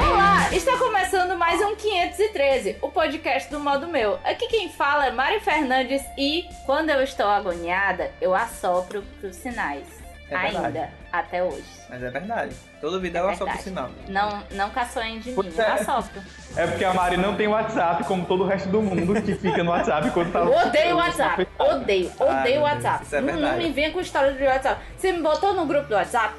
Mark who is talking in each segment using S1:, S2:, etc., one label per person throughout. S1: Ah, um 513, o podcast do modo meu. Aqui quem fala é Mari Fernandes e quando eu estou agoniada, eu assopro pros sinais.
S2: É
S1: Ainda,
S2: verdade.
S1: até hoje.
S2: Mas é verdade. Todo vídeo
S1: É
S2: ela só pro
S1: verdade.
S2: sinal.
S1: Não, não caçoem de mim,
S3: Pois
S1: eu
S3: é.
S1: assopro.
S3: É porque a Mari não tem WhatsApp, como todo o resto do mundo que fica no WhatsApp quando tá.
S1: Odeio o WhatsApp. Odeio,
S2: Ah,
S1: odeio o
S2: meu Deus,
S1: WhatsApp.
S2: isso é
S1: não, não
S2: verdade.
S1: me venha com história de WhatsApp. Você me botou no grupo do WhatsApp,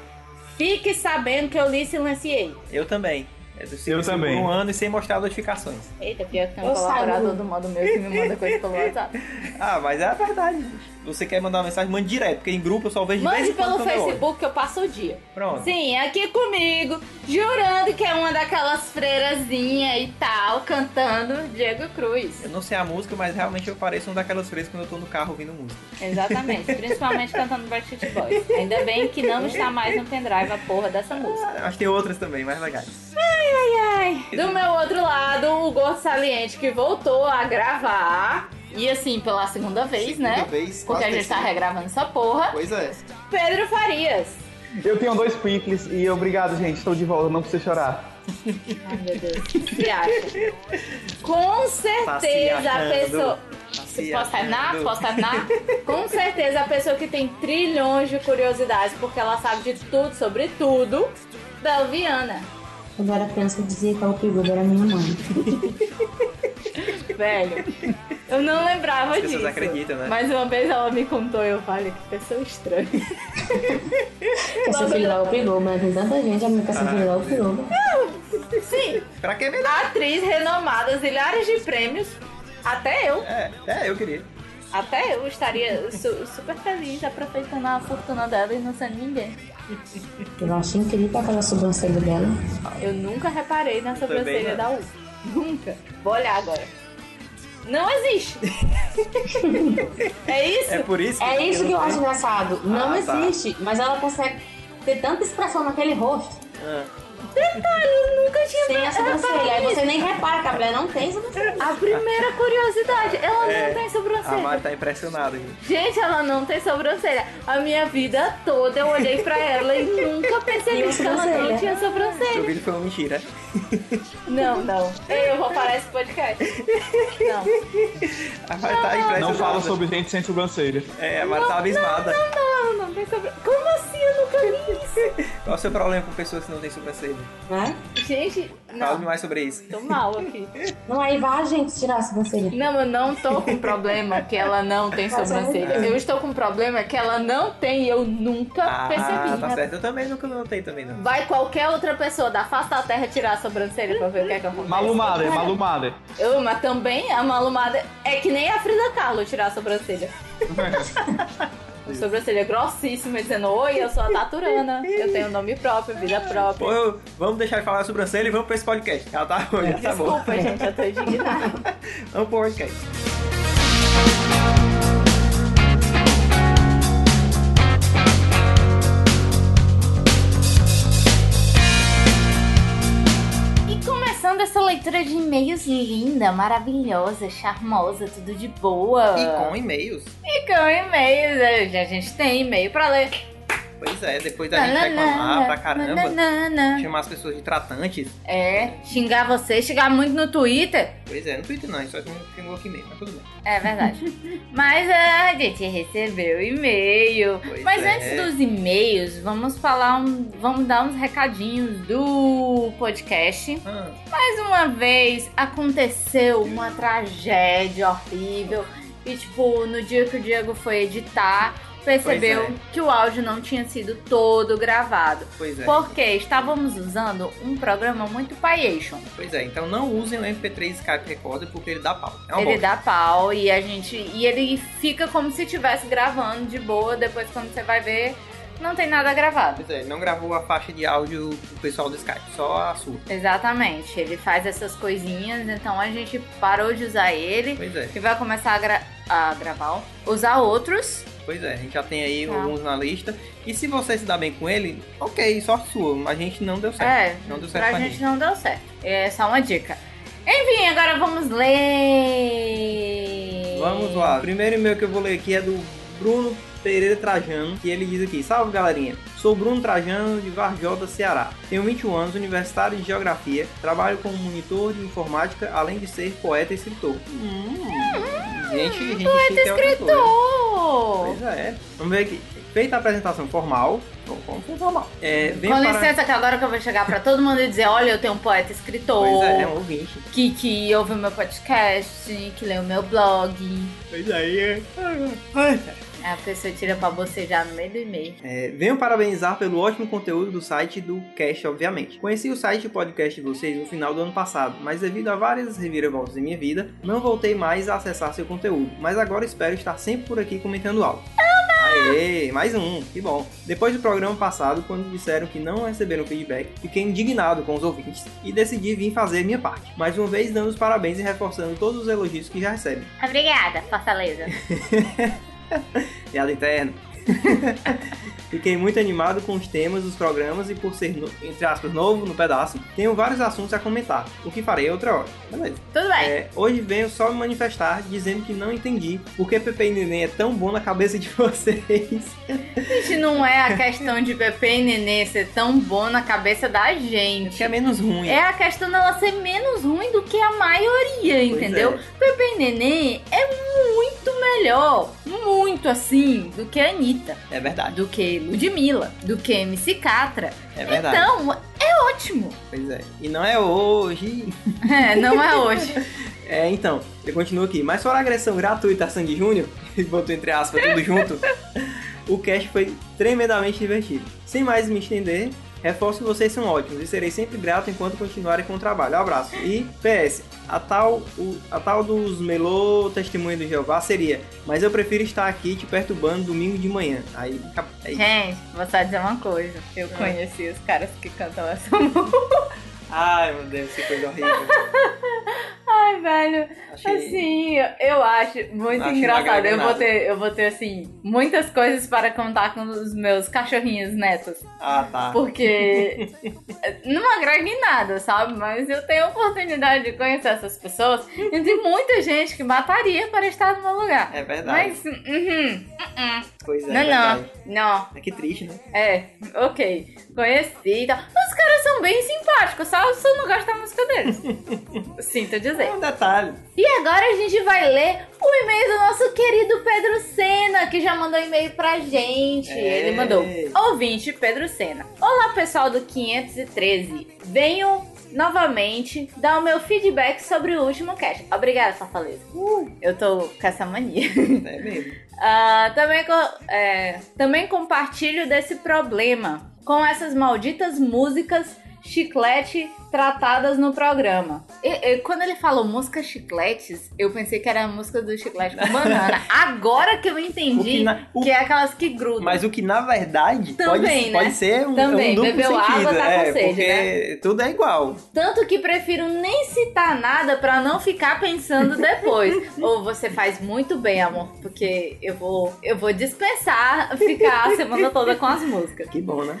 S1: fique sabendo que eu li e silenciei.
S2: Eu também. Eu, sigo
S3: Eu
S2: isso
S3: também.
S2: Por um ano e sem mostrar notificações.
S1: Eita, pior que tem um
S4: Eu
S1: colaborador
S4: saio.
S1: do modo meu que me manda coisa pelo WhatsApp.
S2: Ah, mas é a verdade. Você quer mandar uma mensagem, mande direto, porque em grupo eu só vejo de vez
S1: Mande
S2: em quando
S1: pelo
S2: quando eu olho.
S1: Facebook que eu passo o dia.
S2: Pronto.
S1: Sim, aqui comigo, jurando que é uma daquelas freirazinhas e tal, cantando Diego Cruz.
S2: Eu não sei a música, mas realmente eu pareço um daquelas freiras quando eu tô no carro ouvindo música.
S1: Exatamente, principalmente cantando Backstreet Boys. Ainda bem que não está mais no pendrive a porra dessa música.
S2: Ah, Acho que tem outras também, mais legais.
S1: Do meu outro lado, o Gordo Saliente que voltou a gravar. E assim, pela segunda vez, né?
S5: Vez,
S1: Porque a
S5: quase
S1: gente tá
S5: terceira.
S1: regravando essa porra.
S5: Pois é.
S1: Pedro Farias.
S3: Eu tenho dois picles e obrigado, gente. Estou de volta, não precisa chorar.
S1: Ai, meu Deus. Se acha. Com
S2: Tá se
S1: certeza a
S2: achando,
S1: pessoa.
S2: tá se
S1: Posso terminar?
S2: achando.
S1: Posso terminar? Com certeza a pessoa que tem trilhões de curiosidades, porque ela sabe de tudo, sobre tudo. Belviana.
S4: Quando eu era criança, eu dizia que a Upigod era minha mãe.
S1: Velho, eu não lembrava
S2: As
S1: disso.
S2: pessoas acreditam, né?
S1: Mas uma vez ela me contou e eu falei, que pessoa estranha.
S4: Essa filha da Upigod, mas tem tanta gente amiga que essa filha da Upigod.
S1: Sim,
S2: Pra que melhor?
S1: atriz renomada, milhares de prêmios. Até eu,
S2: É, é, eu queria.
S1: até eu estaria su- super feliz aproveitando a fortuna dela e não sendo ninguém.
S4: Eu acho incrível aquela sobrancelha dela.
S1: Eu nunca reparei na sobrancelha
S2: não.
S1: da U. Nunca. Vou olhar agora. Não existe. é isso?
S2: É por isso que
S4: É isso que eu acho engraçado. Não
S2: Ah, tá.
S4: existe, mas ela consegue ter tanta expressão naquele rosto
S2: Ah,
S1: Eu nunca tinha
S4: sem a sobrancelha. Aí você nem repara que a mulher não tem sobrancelha.
S1: A primeira curiosidade, ela
S2: É,
S1: não tem
S2: a
S1: sobrancelha.
S2: Mari tá impressionada. gente.
S1: Gente, ela não tem sobrancelha. A minha vida toda eu olhei pra ela e nunca percebi
S4: Nenhuma
S1: que ela não
S4: sobrancelha.
S1: tinha sobrancelha.
S2: Seu vídeo foi uma mentira.
S1: Não, não. Eu vou parar esse podcast. Não.
S2: A Mari tá impressionada.
S3: Não fala sobre gente sem sobrancelha.
S2: É, a Mari tá abismada.
S1: Não, não tem sobrancelha. Como assim? Eu nunca vi isso.
S2: Qual é o seu problema com pessoas que não têm sobrancelha?
S4: Né?
S1: Gente, não.
S2: Fala-me mais sobre isso.
S1: Tô mal aqui.
S4: Não, aí vai a gente tirar a sobrancelha.
S1: Não, eu não tô com problema que ela não tem
S2: Tá
S1: sobrancelha. Eu estou com problema que ela não tem e eu nunca
S2: É. Ah,
S1: percebi. né?
S2: tá certo. Eu também nunca notei também, não.
S1: Vai qualquer outra pessoa da face da terra tirar a sobrancelha pra ver o que é que acontece.
S3: Malumada, é malumada.
S1: Eu, mas também a malumada é que nem a Frida Kahlo tirar a sobrancelha. A sobrancelha é grossíssima, dizendo, oi, eu sou a Taturana, eu tenho nome próprio, vida própria.
S2: Pô, eu- vamos deixar de falar sobre sobrancelha e vamos pra esse podcast. Já tá ruim, já tá bom.
S1: Desculpa, gente, eu tô indignada.
S2: Vamos pro podcast.
S1: E começando essa leitura de e-mails linda, maravilhosa, charmosa, tudo de boa.
S2: E com e-mails.
S1: E com e-mails, hoje um né? a gente tem e-mail pra ler.
S2: Pois é, depois da gente reclamar pra caramba, chamar as pessoas de tratantes.
S1: É, xingar você, xingar muito no Twitter.
S2: Pois é, no Twitter não, a gente só tem um e-mail, mas tudo bem.
S1: É verdade. Mas ah, a gente recebeu e-mail.
S2: Pois
S1: Mas
S2: é.
S1: antes dos e-mails, vamos falar um, vamos dar uns recadinhos do podcast.
S2: Ah,
S1: Mais uma vez aconteceu uma tragédia horrível e tipo no dia que o Diego foi editar percebeu
S2: Pois é.
S1: que o áudio não tinha sido todo gravado.
S2: pois é,
S1: Porque estávamos usando um programa muito Paiation.
S2: pois é. Então não usem o MP3 Skype Recorder porque ele dá pau. É uma
S1: ele
S2: bosta.
S1: dá pau e a gente. E ele fica como se estivesse gravando de boa, depois quando você vai ver, não tem nada gravado.
S2: Pois é, ele não gravou a faixa de áudio do pessoal do Skype, só a sua.
S1: Exatamente, ele faz essas coisinhas, então a gente parou de usar ele
S2: Pois é,
S1: e vai começar a, gra- a gravar, usar outros.
S2: pois é. A gente já tem aí
S1: Tá.
S2: alguns na lista. E se você se dá bem com ele, ok, sorte sua. Mas a gente não deu certo.
S1: É,
S2: não deu certo
S1: pra
S2: pra
S1: gente não deu certo. É só uma dica. Enfim, agora vamos ler.
S2: Vamos é lá. O primeiro e-mail que eu vou ler aqui é do Bruno Pereira Trajano, que ele diz aqui: Salve galerinha, Sou Bruno Trajano, de Varjota, Ceará. Tenho 21 anos, universitário de Geografia. Trabalho como monitor de informática, além de ser poeta e escritor. gente, gente
S1: Hum. Poeta
S2: chique é outra coisa.
S1: escritor!
S2: Pois é. Vamos ver aqui. Feita a apresentação formal. Bom, como foi formal? É, vem
S1: Com
S2: para...
S1: licença, que agora que eu vou chegar pra todo mundo e dizer: olha, eu tenho um poeta escritor
S2: Pois é, é um ouvinte.
S1: que, que ouve o meu podcast, que lê o meu blog.
S2: Pois aí é.
S1: Aí A pessoa tira pra bocejar no meio do e-mail.
S2: É, venho parabenizar pelo ótimo conteúdo do site do Cast, obviamente. Conheci o site e o podcast de vocês no final do ano passado, mas devido a várias reviravoltas em minha vida, não voltei mais a acessar seu conteúdo. Mas agora espero estar sempre por aqui comentando algo. Aê, mais um, que bom. Depois do programa passado, quando disseram que não receberam feedback, fiquei indignado com os ouvintes e decidi vir fazer minha parte. Mais uma vez, dando os parabéns e reforçando todos os elogios que já recebem.
S1: Obrigada, Fortaleza.
S2: Piada interna. Fiquei muito animado com os temas dos programas e por ser, no- entre aspas, novo no pedaço, tenho vários assuntos a comentar, o que farei é outra hora. Beleza.
S1: Tudo bem.
S2: É, hoje venho só me manifestar dizendo que não entendi por que Pepe e Neném é tão bom na cabeça de vocês.
S1: Gente, não é a questão de Pepe e Nenê ser tão bom na cabeça da gente.
S2: Que é menos ruim.
S1: É a questão dela ser menos ruim do que a maioria,
S2: Pois
S1: entendeu?
S2: é.
S1: Pepe e Nenê é muito melhor, muito assim, do que a Anitta,
S2: É, verdade,
S1: do que Ludmilla, do que MC Catra.
S2: é verdade.
S1: Então, é ótimo.
S2: Pois é. E não é hoje.
S1: É, não é hoje.
S2: É, então, eu continuo aqui. Mas fora a agressão gratuita a Sandy Júnior, e botou entre aspas tudo junto, o cast foi tremendamente divertido. Sem mais me estender, reforço que vocês são ótimos e serei sempre grato enquanto continuarem com o trabalho. Abraço. E, PS, a tal, o- a tal dos melô testemunho do Jeová seria, mas eu prefiro estar aqui te perturbando domingo de manhã. Aí, acab- aí-
S1: Gente, vou só dizer uma coisa. Eu conheci os caras que cantam essa música.
S2: Ai, meu Deus, que coisa horrível.
S1: Ai, velho.
S2: Achei...
S1: Assim, eu acho muito
S2: Acho
S1: engraçado. Eu vou
S2: nada.
S1: ter, eu vou ter assim muitas coisas para contar com os meus cachorrinhos netos,
S2: Ah, tá.
S1: porque não agrega em nada, sabe? Mas eu tenho a oportunidade de conhecer essas pessoas e de muita gente que mataria para estar no meu lugar.
S2: É verdade.
S1: Mas, uhum,
S2: Pois é,
S1: não, não,
S2: verdade.
S1: não,
S2: É que triste, né?
S1: é, ok, conheci e tal. Os caras são bem simpáticos, só eu só não gosto da música deles. Sinto dizer.
S2: É um detalhe.
S1: E agora a gente vai ler o e-mail do nosso querido Pedro Sena, que já mandou e-mail pra gente.
S2: É.
S1: Ele mandou. Ouvinte Pedro Sena. Olá, pessoal do 513. Venho novamente dar o meu feedback sobre o último cast. Obrigada, Fortaleza. Eu tô com essa mania.
S2: É mesmo.
S1: Ah, também, co- é, também compartilho desse problema com essas malditas músicas chiclete tratadas no programa. E- e quando ele falou música chicletes, eu pensei que era a música do chiclete com banana. Agora que eu
S2: O
S1: entendi
S2: que na- o-
S1: que é aquelas que grudam.
S2: Mas o que na verdade pode-
S1: Também,
S2: pode,
S1: né?
S2: ser um,
S1: Também,
S2: um duplo
S1: bebeu água,
S2: sentido,
S1: tá com
S2: é,
S1: sede, né?
S2: porque tudo é igual.
S1: Tanto que prefiro nem citar nada pra não ficar pensando depois. Ou você faz muito bem, amor, porque eu vou, eu vou dispensar ficar a semana toda com as músicas.
S2: Que bom, né?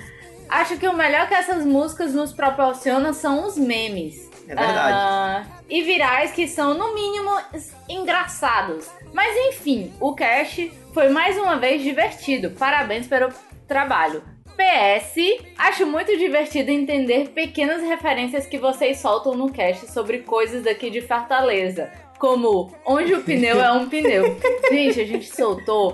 S1: Acho que o melhor que essas músicas nos proporcionam são os memes.
S2: É verdade.
S1: Ah, e virais que são, no mínimo, es- engraçados. Mas enfim, o cast foi mais uma vez divertido. Parabéns pelo trabalho. PS, acho muito divertido entender pequenas referências que vocês soltam no cast sobre coisas daqui de Fortaleza. Como onde o pneu é um pneu. Gente, a gente soltou.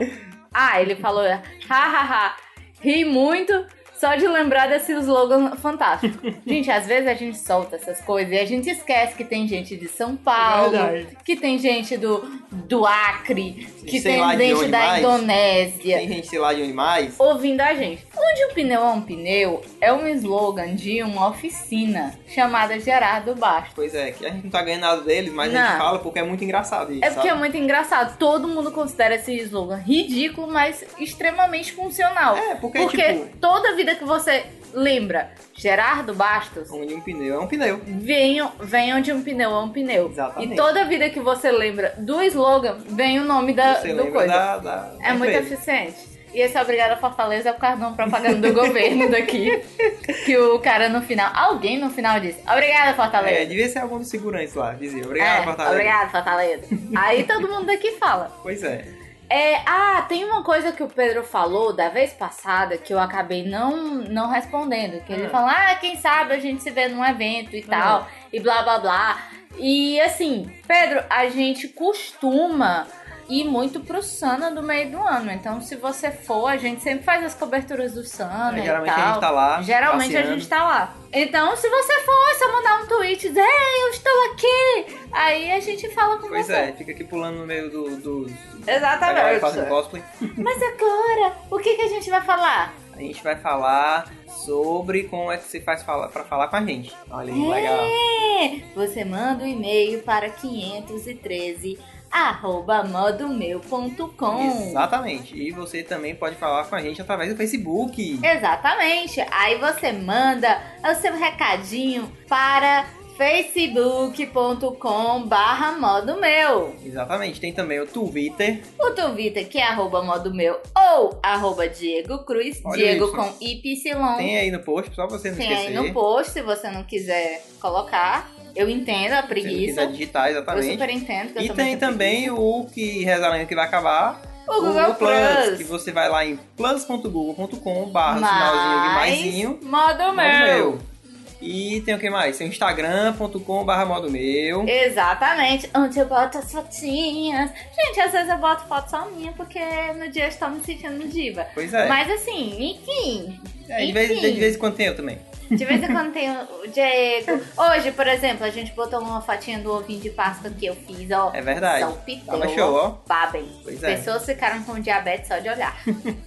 S1: Ah, ele falou, ha ha ha, ri muito só de lembrar desse slogan fantástico. Gente, às vezes a gente solta essas coisas e a gente esquece que tem gente de São Paulo,
S2: É Verdade.
S1: que tem gente do, do Acre, que
S2: Sei
S1: tem
S2: lá de
S1: gente
S2: onde
S1: da
S2: mais.
S1: Indonésia.
S2: Tem gente, sei lá, de animais.
S1: Ouvindo a gente. Onde o pneu é um pneu é um slogan de uma oficina chamada Gerardo Bastos.
S2: Pois é, que a gente não tá ganhando nada deles, mas a
S1: Não.
S2: gente fala porque é muito engraçado isso,
S1: É porque é
S2: sabe?
S1: muito engraçado. Todo mundo considera esse slogan ridículo, mas extremamente funcional.
S2: É, porque,
S1: Porque
S2: tipo,
S1: toda vida que você lembra Gerardo Bastos,
S2: onde um pneu é um pneu.
S1: venham, venham de um pneu a um pneu.
S2: Exatamente.
S1: E toda vida que você lembra do slogan, vem o nome da,
S2: Você
S1: É, do
S2: lembra
S1: coisa.
S2: da, da-
S1: É
S2: da
S1: muito
S2: empresa.
S1: eficiente. E esse Obrigada Fortaleza é o cartão propaganda do governo daqui. Que o cara no final, alguém no final disse, Obrigada
S2: É,
S1: Fortaleza.
S2: devia ser algum dos segurantes lá, dizia.
S1: É,
S2: Obrigado, Fortaleza.
S1: Obrigada Fortaleza. Aí todo mundo daqui fala.
S2: Pois é.
S1: É, ah, tem uma coisa que o Pedro falou da vez passada que eu acabei não, não respondendo. Que ele
S2: Ah.
S1: falou, ah, quem sabe a gente se vê num evento e tal, e blá blá blá. E assim, Pedro, a gente costuma ir muito pro Sana do meio do ano. Então, se você for, a gente sempre faz as coberturas do Sana.
S2: É,
S1: e
S2: geralmente
S1: né, tal.
S2: a gente tá lá.
S1: Geralmente a
S2: passeando.
S1: gente tá lá. Então, se você for, é só mandar um tweet e dizer, ei, eu estou aqui. Aí a gente fala com
S2: Pois
S1: você.
S2: é, fica aqui pulando no meio do. do da galera que faz um
S1: Exatamente.
S2: cosplay.
S1: Mas agora, o que, que a gente vai falar?
S2: A gente vai falar sobre como é que se faz falar, pra falar com a gente. Olha aí, legal.
S1: É, você manda um e-mail para 513 arroba modomeu.com.
S2: Exatamente. E você também pode falar com a gente através do Facebook.
S1: Exatamente. Aí você manda o seu recadinho para facebook.com barra modo meu.
S2: Exatamente. Tem também o Twitter.
S1: O Tuvita que é arroba modo meu ou arroba Diego Cruz,
S2: Olha
S1: Diego
S2: isso.
S1: com Y.
S2: Tem aí no post, só você não
S1: Tem
S2: esquecer.
S1: aí no post, se você não quiser colocar. Eu entendo a
S2: Se não quiser
S1: preguiça.
S2: digitar,
S1: Eu
S2: exatamente.
S1: super entendo que eu
S2: E
S1: também
S2: tem
S1: tenho
S2: também o que reza a lenda que vai acabar.
S1: preguiça. o Google Plus.
S2: Que você vai lá em plus.google.com barra sinalzinho de
S1: Mas,
S2: maisinho.
S1: modo meu.
S2: E tem o que mais? Tem o instagram.com barra modo meu.
S1: Exatamente, onde eu boto as fotinhas. Gente, às vezes eu boto foto só minha, porque no dia eu estou me sentindo diva.
S2: Pois é.
S1: Mas assim, enfim,
S2: É, de, vez,
S1: enfim.
S2: de vez em quando tem eu também.
S1: De vez em quando tem o Diego. Hoje, por exemplo, a gente botou uma fotinha do ovinho de Páscoa que eu fiz, ó.
S2: É verdade.
S1: Salpitou.
S2: Tava show, ó.
S1: Babem.
S2: Pois é.
S1: Pessoas ficaram com diabetes só de olhar.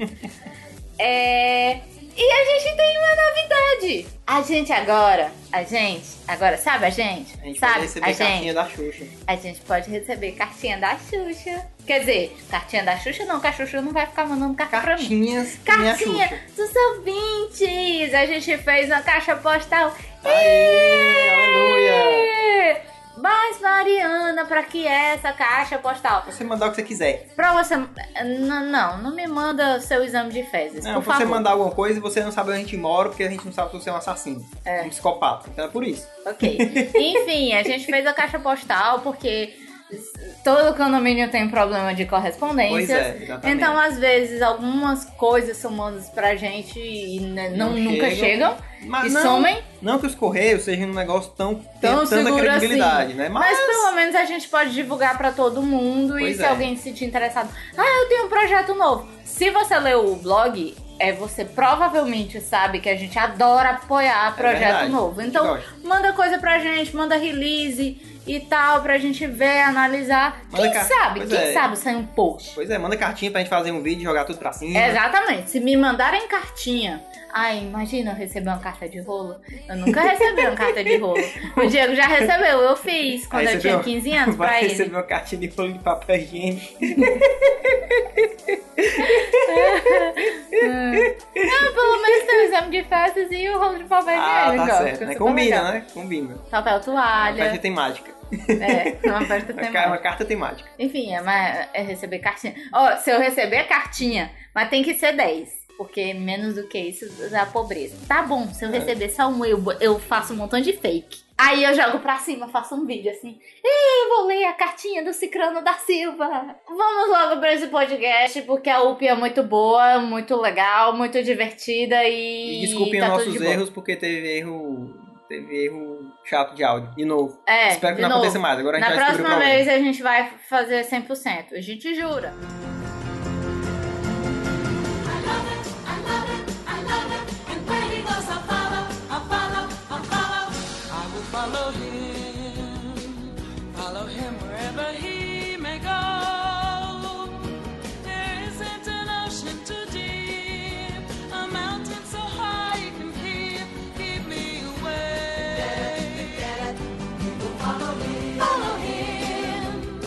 S1: É, E a gente tem uma novidade. A gente agora, a gente, agora sabe a gente?
S2: A gente vai
S1: sabe
S2: receber
S1: a
S2: cartinha
S1: gente?
S2: da Xuxa.
S1: A gente pode receber cartinha da Xuxa. Quer dizer, cartinha da Xuxa não, que a Xuxa não vai ficar mandando carta pra mim.
S2: Cartinhas que nem a
S1: Cartinha
S2: Xuxa.
S1: dos ouvintes! A gente fez uma caixa postal
S2: Aê, aleluia.
S1: Mas, Mariana, pra que essa caixa postal?
S2: Você mandar o que você quiser.
S1: Pra você. N- não, não me manda seu exame de fezes,
S2: Não,
S1: por
S2: se você
S1: favor.
S2: mandar alguma coisa e você não sabe onde a gente mora, porque a gente não sabe se você é um assassino.
S1: É.
S2: Um psicopata. Então é por isso.
S1: Ok. Enfim, a gente fez a caixa postal porque todo condomínio tem problema de
S2: Pois
S1: correspondências.
S2: é, exatamente.
S1: Então, às vezes, algumas coisas são mandadas pra gente e n- não,
S2: Não
S1: nunca chegam,
S2: chegam. Mas
S1: e
S2: não,
S1: somem.
S2: não que os Correios sejam um negócio tão,
S1: Tão
S2: tão tanta
S1: seguro assim.
S2: credibilidade, né?
S1: Mas pelo menos a gente pode divulgar pra todo mundo e
S2: Pois
S1: se
S2: é.
S1: alguém se sentir interessado, ah, eu tenho um projeto novo. Se você leu o blog, é você provavelmente sabe que a gente adora apoiar projeto
S2: É verdade.
S1: novo. Então,
S2: Gosto.
S1: manda coisa pra gente, manda release e tal pra gente ver, analisar.
S2: Manda
S1: quem
S2: car-
S1: sabe,
S2: pois
S1: quem
S2: é.
S1: sabe sai um post.
S2: Pois é, manda cartinha pra gente fazer um vídeo e jogar tudo pra cima.
S1: Exatamente, se me mandarem cartinha. Ai, imagina eu receber uma carta de rolo. Eu nunca recebi uma carta de rolo. O Diego já recebeu, eu fiz quando
S2: Aí
S1: eu
S2: você
S1: tinha
S2: viu?
S1: 15 anos pra
S2: Vai
S1: ele.
S2: receber uma cartinha de pano de papel higiênico.
S1: Não, Ah, pelo menos tem o exame de fezes e o rolo de papel
S2: Ah,
S1: higiênico.
S2: tá
S1: ó,
S2: certo.
S1: fica
S2: Né?
S1: super
S2: Combina,
S1: legal.
S2: né? Combina.
S1: Papel
S2: Uma
S1: toalha.
S2: carta temática.
S1: É, uma festa
S2: Uma ca- Uma
S1: temática.
S2: carta temática.
S1: Enfim, é, mas é receber cartinha. Ó, se eu receber a cartinha, mas tem que ser 10. Porque menos do que isso dá pobreza. Tá bom, se eu
S2: É.
S1: receber só um, eu, eu faço um montão de fake. Aí eu jogo pra cima, faço um vídeo assim. Ei, vou ler a cartinha do Cicrano da Silva. Vamos logo pra esse podcast, porque a UP é muito boa, muito legal, muito divertida e.
S2: E desculpem
S1: tá
S2: os
S1: tudo
S2: nossos
S1: de boa.
S2: erros, porque teve erro. Teve erro chato de áudio. De novo.
S1: É,
S2: Espero
S1: de
S2: que não
S1: novo.
S2: aconteça mais. Agora a gente
S1: Na
S2: vai descobrir o
S1: próxima
S2: problema.
S1: vez a gente vai fazer 100%. A gente jura.
S5: I love it, I love it, and where he goes, I follow, I follow, I follow. I will follow him, follow him wherever he may go. There isn't an ocean too deep, a mountain so high it can keep, keep me away. Follow him.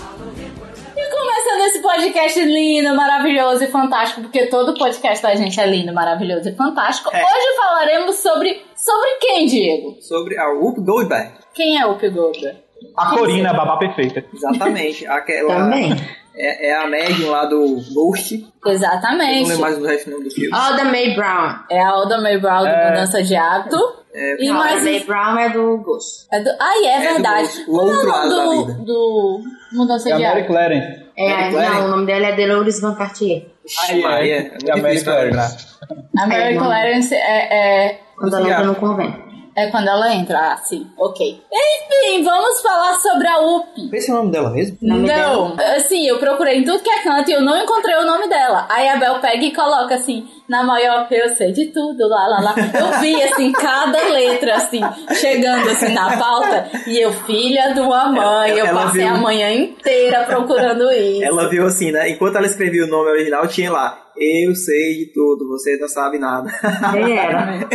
S1: E começando esse podcast lindo, maravilhoso e fantástico, porque todo podcast da gente é lindo, maravilhoso e fantástico.
S2: É.
S1: Hoje falaremos sobre. Sobre quem, Diego?
S2: Sobre a Whoop Goldberg.
S1: Quem é o Pigoda?
S3: A Corina, a babá perfeita.
S2: Exatamente. Aquela.
S4: Também.
S2: É, é a médium lá do Ghost. Não
S1: Exatamente.
S2: lembro mais do resto do nome do filme.
S1: Ah,
S4: Ó, da May Brown.
S1: É a Alda May Brown do
S2: É.
S1: Mudança de Hábito. e
S4: Não,
S1: mais. um
S4: a May Brown é do Ghost.
S1: É do... Ai, é,
S2: É do
S1: verdade.
S2: outro- o
S1: Qual é
S2: outro lado da
S1: o nome
S2: vida.
S1: do, do Mudança
S3: É a
S1: de
S3: Mary
S1: Hábito?
S3: Clarence.
S4: É,
S2: Mary Claire?
S4: não, o nome dela é Delores Van Cartier.
S2: Ai, Maria, é muito
S3: É a Mary
S2: difícil pra
S3: Claire.
S2: lembrar.
S1: A
S4: É,
S1: Mary
S4: não.
S1: Clarence é, é,
S4: Quando ela entra no convento.
S1: é quando ela entra. Ah, sim. Ok. Enfim, vamos falar sobre a UP.
S2: Esse é o nome dela mesmo?
S4: Nome
S1: não, assim, eu procurei em tudo que é canto e eu não encontrei o nome dela. Aí a Bel pega e coloca assim, na maior, eu sei de tudo, lá, lá, lá. Eu vi, assim, cada letra, assim, chegando, assim, na pauta. E eu, filha de uma mãe, eu
S2: Ela
S1: passei
S2: viu.
S1: a manhã inteira procurando isso.
S2: Ela viu assim, né? Enquanto ela escrevia o nome original, tinha lá. Eu sei de tudo, você não sabe nada.
S4: Ele era.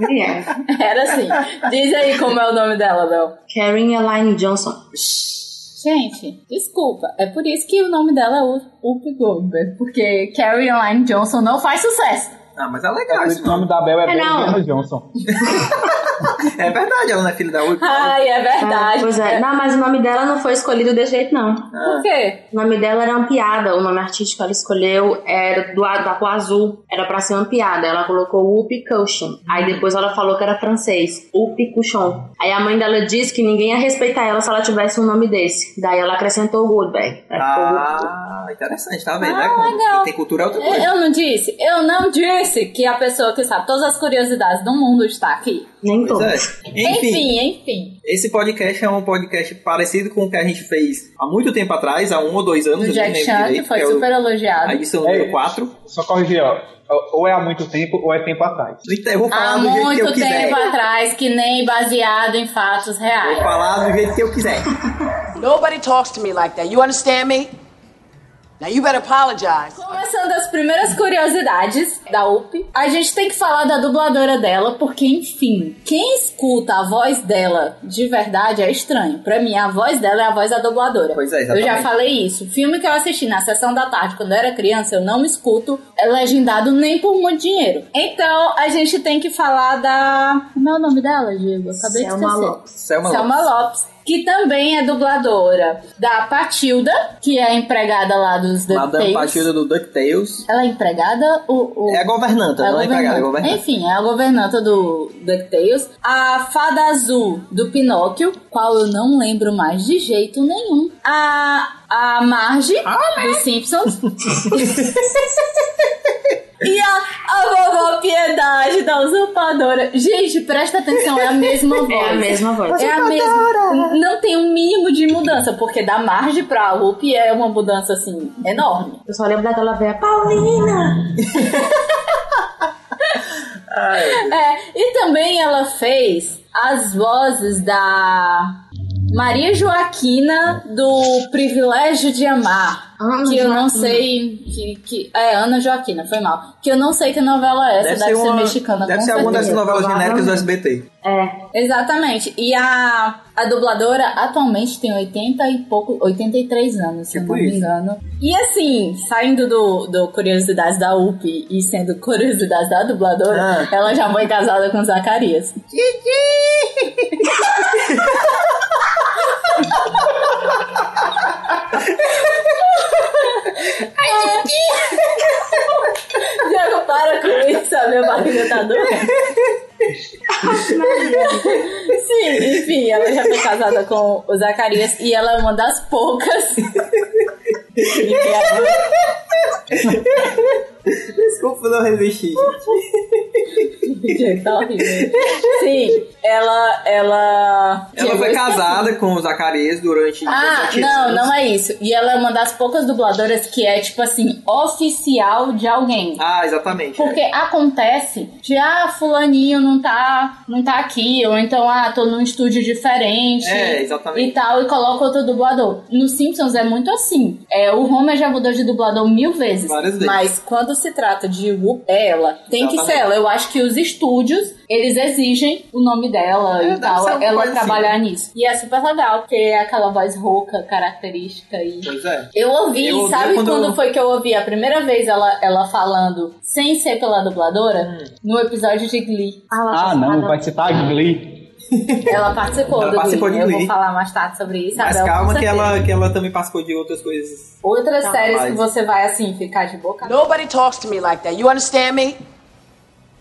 S4: Ele era.
S1: Era assim. Diz aí como é o nome dela, Bel.
S4: Karen Elaine Johnson.
S1: Gente, desculpa, é por isso que o nome dela é U- Up Goldberg, porque Caroline Johnson não faz sucesso.
S2: Ah, mas é
S3: É
S2: legal
S3: por isso
S2: esse
S3: que o nome
S2: nome.
S3: da Bel é
S4: É, não.
S3: Bel Johnson.
S2: É verdade, ela não é filha da Uri.
S1: Ai, é verdade.
S4: Ah, pois é. Não, mas o nome dela não foi escolhido desse jeito, não.
S1: Por quê?
S4: O nome dela era uma piada. O nome artístico ela escolheu era do, da cor azul. Era pra ser uma piada. Ela colocou Whoop Cushion. Aí depois ela falou que era francês. Whoop Cushion. Aí a mãe dela disse que ninguém ia respeitar ela se ela tivesse um nome desse. Daí ela acrescentou Goldberg. Aí ficou Whoop.
S2: Ah, interessante, tá vendo? né?
S1: Ah,
S2: Como
S1: legal.
S2: Quem tem cultura é outra
S1: Eu
S2: coisa.
S1: eu não disse, eu não disse que a pessoa que sabe todas as curiosidades do mundo está aqui.
S4: Nem
S2: Pois
S4: todos.
S2: é. Enfim,
S1: Enfim, enfim.
S2: esse podcast é um podcast parecido com o que a gente fez há muito tempo atrás, há um ou dois anos.
S1: do
S2: eu não
S1: Jack
S2: lembro
S1: Chan, que
S2: direito,
S1: foi
S2: é o-
S1: super elogiado.
S2: A edição
S3: É.
S2: número 4.
S3: Só corrigir, ó. Ou é há muito tempo ou é tempo atrás.
S2: Então, eu vou falar
S1: Há
S2: do jeito que eu
S1: muito
S2: quiser.
S1: tempo atrás, que nem baseado em fatos
S2: Vou
S1: reais.
S2: falar do jeito que eu quiser.
S6: Nobody talks to me like that. You understand me? Now you better apologize.
S1: Começando as primeiras curiosidades da UP, a gente tem que falar da dubladora dela, porque, enfim, quem escuta a voz dela de verdade é estranho. Pra mim, a voz dela é a voz da dubladora.
S2: Pois é,
S1: Eu
S2: exatamente.
S1: já falei isso. O filme que eu assisti na sessão da tarde, quando eu era criança, eu não escuto é legendado nem por muito dinheiro. Então, a gente tem que falar da... Como é o nome dela, Diego? Eu Acabei de
S4: Selma
S1: esquecer.
S4: Lopes.
S2: Selma Lopes.
S1: Selma Lopes, que também é dubladora da Patilda, que é a empregada lá dos
S2: Madame
S1: DuckTales.
S2: Patilda do DuckTales.
S1: Ela é empregada? O, o...
S2: É a governanta, não é empregada, é a governanta.
S1: Enfim, é a governanta do DuckTales. A fada azul do Pinóquio, qual eu não lembro mais de jeito nenhum. A, a Marge
S4: Ah,
S1: dos
S4: né?
S1: Simpsons. E a, a vovó Piedade da usurpadora. Gente, presta atenção, é a mesma voz.
S4: É a mesma voz.
S1: É a mesma. Não tem um mínimo de mudança, porque da Marge pra Rupi é uma mudança assim enorme.
S4: Eu só lembro daquela velha Paulina!
S1: É, e também ela fez as vozes da Maria Joaquina do Privilégio de Amar.
S4: Ana
S1: que eu não
S4: Joaquina.
S1: sei. Que, que, é, Ana Joaquina, foi mal. Que eu não sei que novela é essa, deve, ser, mexicana.
S2: deve
S1: com
S2: ser alguma
S1: certeza.
S2: dessas novelas genéricas do SBT.
S4: É,
S1: Exatamente. E a, a dubladora atualmente tem 80 e pouco, 83 anos, se eu
S2: Tipo
S1: não me
S2: isso.
S1: engano. E assim, saindo do, do Curiosidades da UP e sendo Curiosidades da dubladora,
S2: Ah.
S1: ela já foi casada com Zacarias. Diego, para com isso, a minha barriga tá doendo. Sim, enfim, ela já foi casada com o Zacarias e ela é uma das poucas.
S2: Desculpa não resistir.
S1: Gente, tá horrível. Sim, ela. Ela,
S2: Ela foi casada com o Zacarias durante
S1: Ah,
S2: 17
S1: não,
S2: anos.
S1: não é isso. E ela é uma das poucas dubladoras que é, tipo assim, oficial de alguém.
S2: Ah, exatamente.
S1: Porque
S2: é.
S1: acontece de, ah, fulaninho não tá, não tá aqui, ou então, ah, tô num estúdio diferente.
S2: É, exatamente.
S1: E tal, e coloca outro dublador. No Simpsons é muito assim. É, o Homer já mudou de dublador mil vezes.
S2: Várias vezes.
S1: Mas quando se trata de Whoop, é ela. Tem que ser
S2: Exatamente.
S1: ela. Eu acho que os estúdios, eles exigem o nome dela
S2: É,
S1: e
S2: deve
S1: tal.
S2: ser alguma
S1: Ela
S2: coisa assim,
S1: trabalhar nisso. E é super legal, porque é aquela voz rouca, característica e...
S7: Então,
S2: Pois é.
S1: Eu ouvi,
S2: Eu ouvi
S1: sabe
S2: quando-
S1: quando... foi que eu ouvi a primeira vez ela, ela falando sem ser pela dubladora?
S2: Hum.
S1: No episódio de Glee.
S3: Ah, não, vai citar Glee.
S1: Ela participou
S2: Ela
S1: do
S2: participou
S1: Glee.
S2: de
S1: Eu vou
S2: Glee.
S1: falar mais tarde sobre isso.
S2: Mas
S1: Abel, com
S2: calma que
S1: certeza.
S2: ela, que ela também participou de outras coisas.
S1: Outras
S4: Calma,
S1: séries
S2: mas-
S1: que você vai assim ficar de boca.
S6: Nobody talks to me like that. You understand me?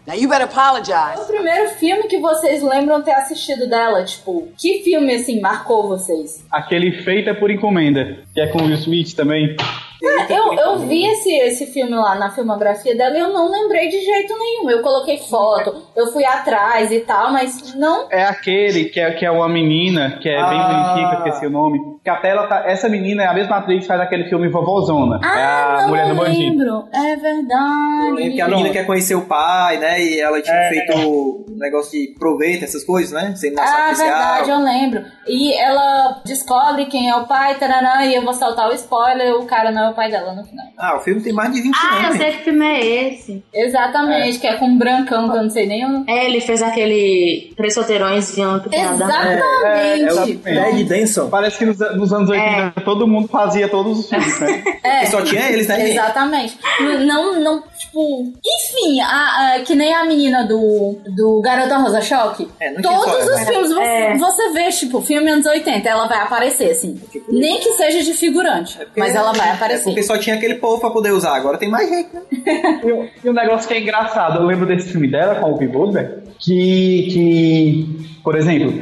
S6: Now you better apologize.
S7: O primeiro filme que vocês lembram ter assistido dela, tipo, que filme assim marcou vocês?
S3: Aquele Feita por Encomenda, que é com o Will Smith também.
S7: É, Eu, eu vi esse, esse filme lá na filmografia dela e eu não lembrei de jeito nenhum. Eu coloquei foto, eu fui atrás e tal, mas não.
S3: É aquele que é, que é uma menina, que é bem
S2: Ah.
S3: bonitinha, que eu esqueci o nome. Que até ela tá, essa menina é a mesma atriz que faz aquele filme Vovózona. é
S7: Ah,
S3: a
S7: não,
S3: Mulher do
S7: não
S3: Bandido.
S7: lembro. É
S2: Eu lembro que né, a
S7: verdade.
S2: menina quer conhecer o pai, né? E ela tinha feito um negócio de proveito, essas coisas, né? Sem nação
S7: Ah,
S2: oficial.
S7: verdade, eu lembro. E ela descobre quem é o pai, tarará, e eu vou saltar o spoiler, o cara não é o pai dela no final.
S2: Ah, o filme tem mais de 20
S4: Ah, eu
S2: anos.
S4: sei que filme é esse.
S7: Exatamente, que é com um brancão, que eu não sei nem o.
S4: É, ele fez aquele Três Solteirões de ano pro Canadá.
S2: É,
S7: Exatamente.
S3: é, é
S2: Ted Denson.
S3: Parece que nos, nos anos 80 todo mundo fazia todos os filmes, né?
S7: É.
S2: Que só tinha eles, né?
S7: Exatamente. Não, não, tipo. Enfim, a- a- que nem a menina do, do Garota Rosa Choque.
S2: É, não tinha
S7: Todos
S2: história,
S7: os
S2: né?
S7: filmes você,
S4: É.
S7: você vê, tipo, filme anos 80, ela vai aparecer, assim.
S2: É
S7: Nem que seja de figurante,
S2: tipo Porque-
S7: mas ela vai
S2: É
S7: aparecer.
S2: porque só tinha aquele povo pra poder usar. Agora tem mais gente, né?
S3: E um- E um negócio que é engraçado, eu lembro desse filme dela com o Whoopi Goldberg, que, que por exemplo,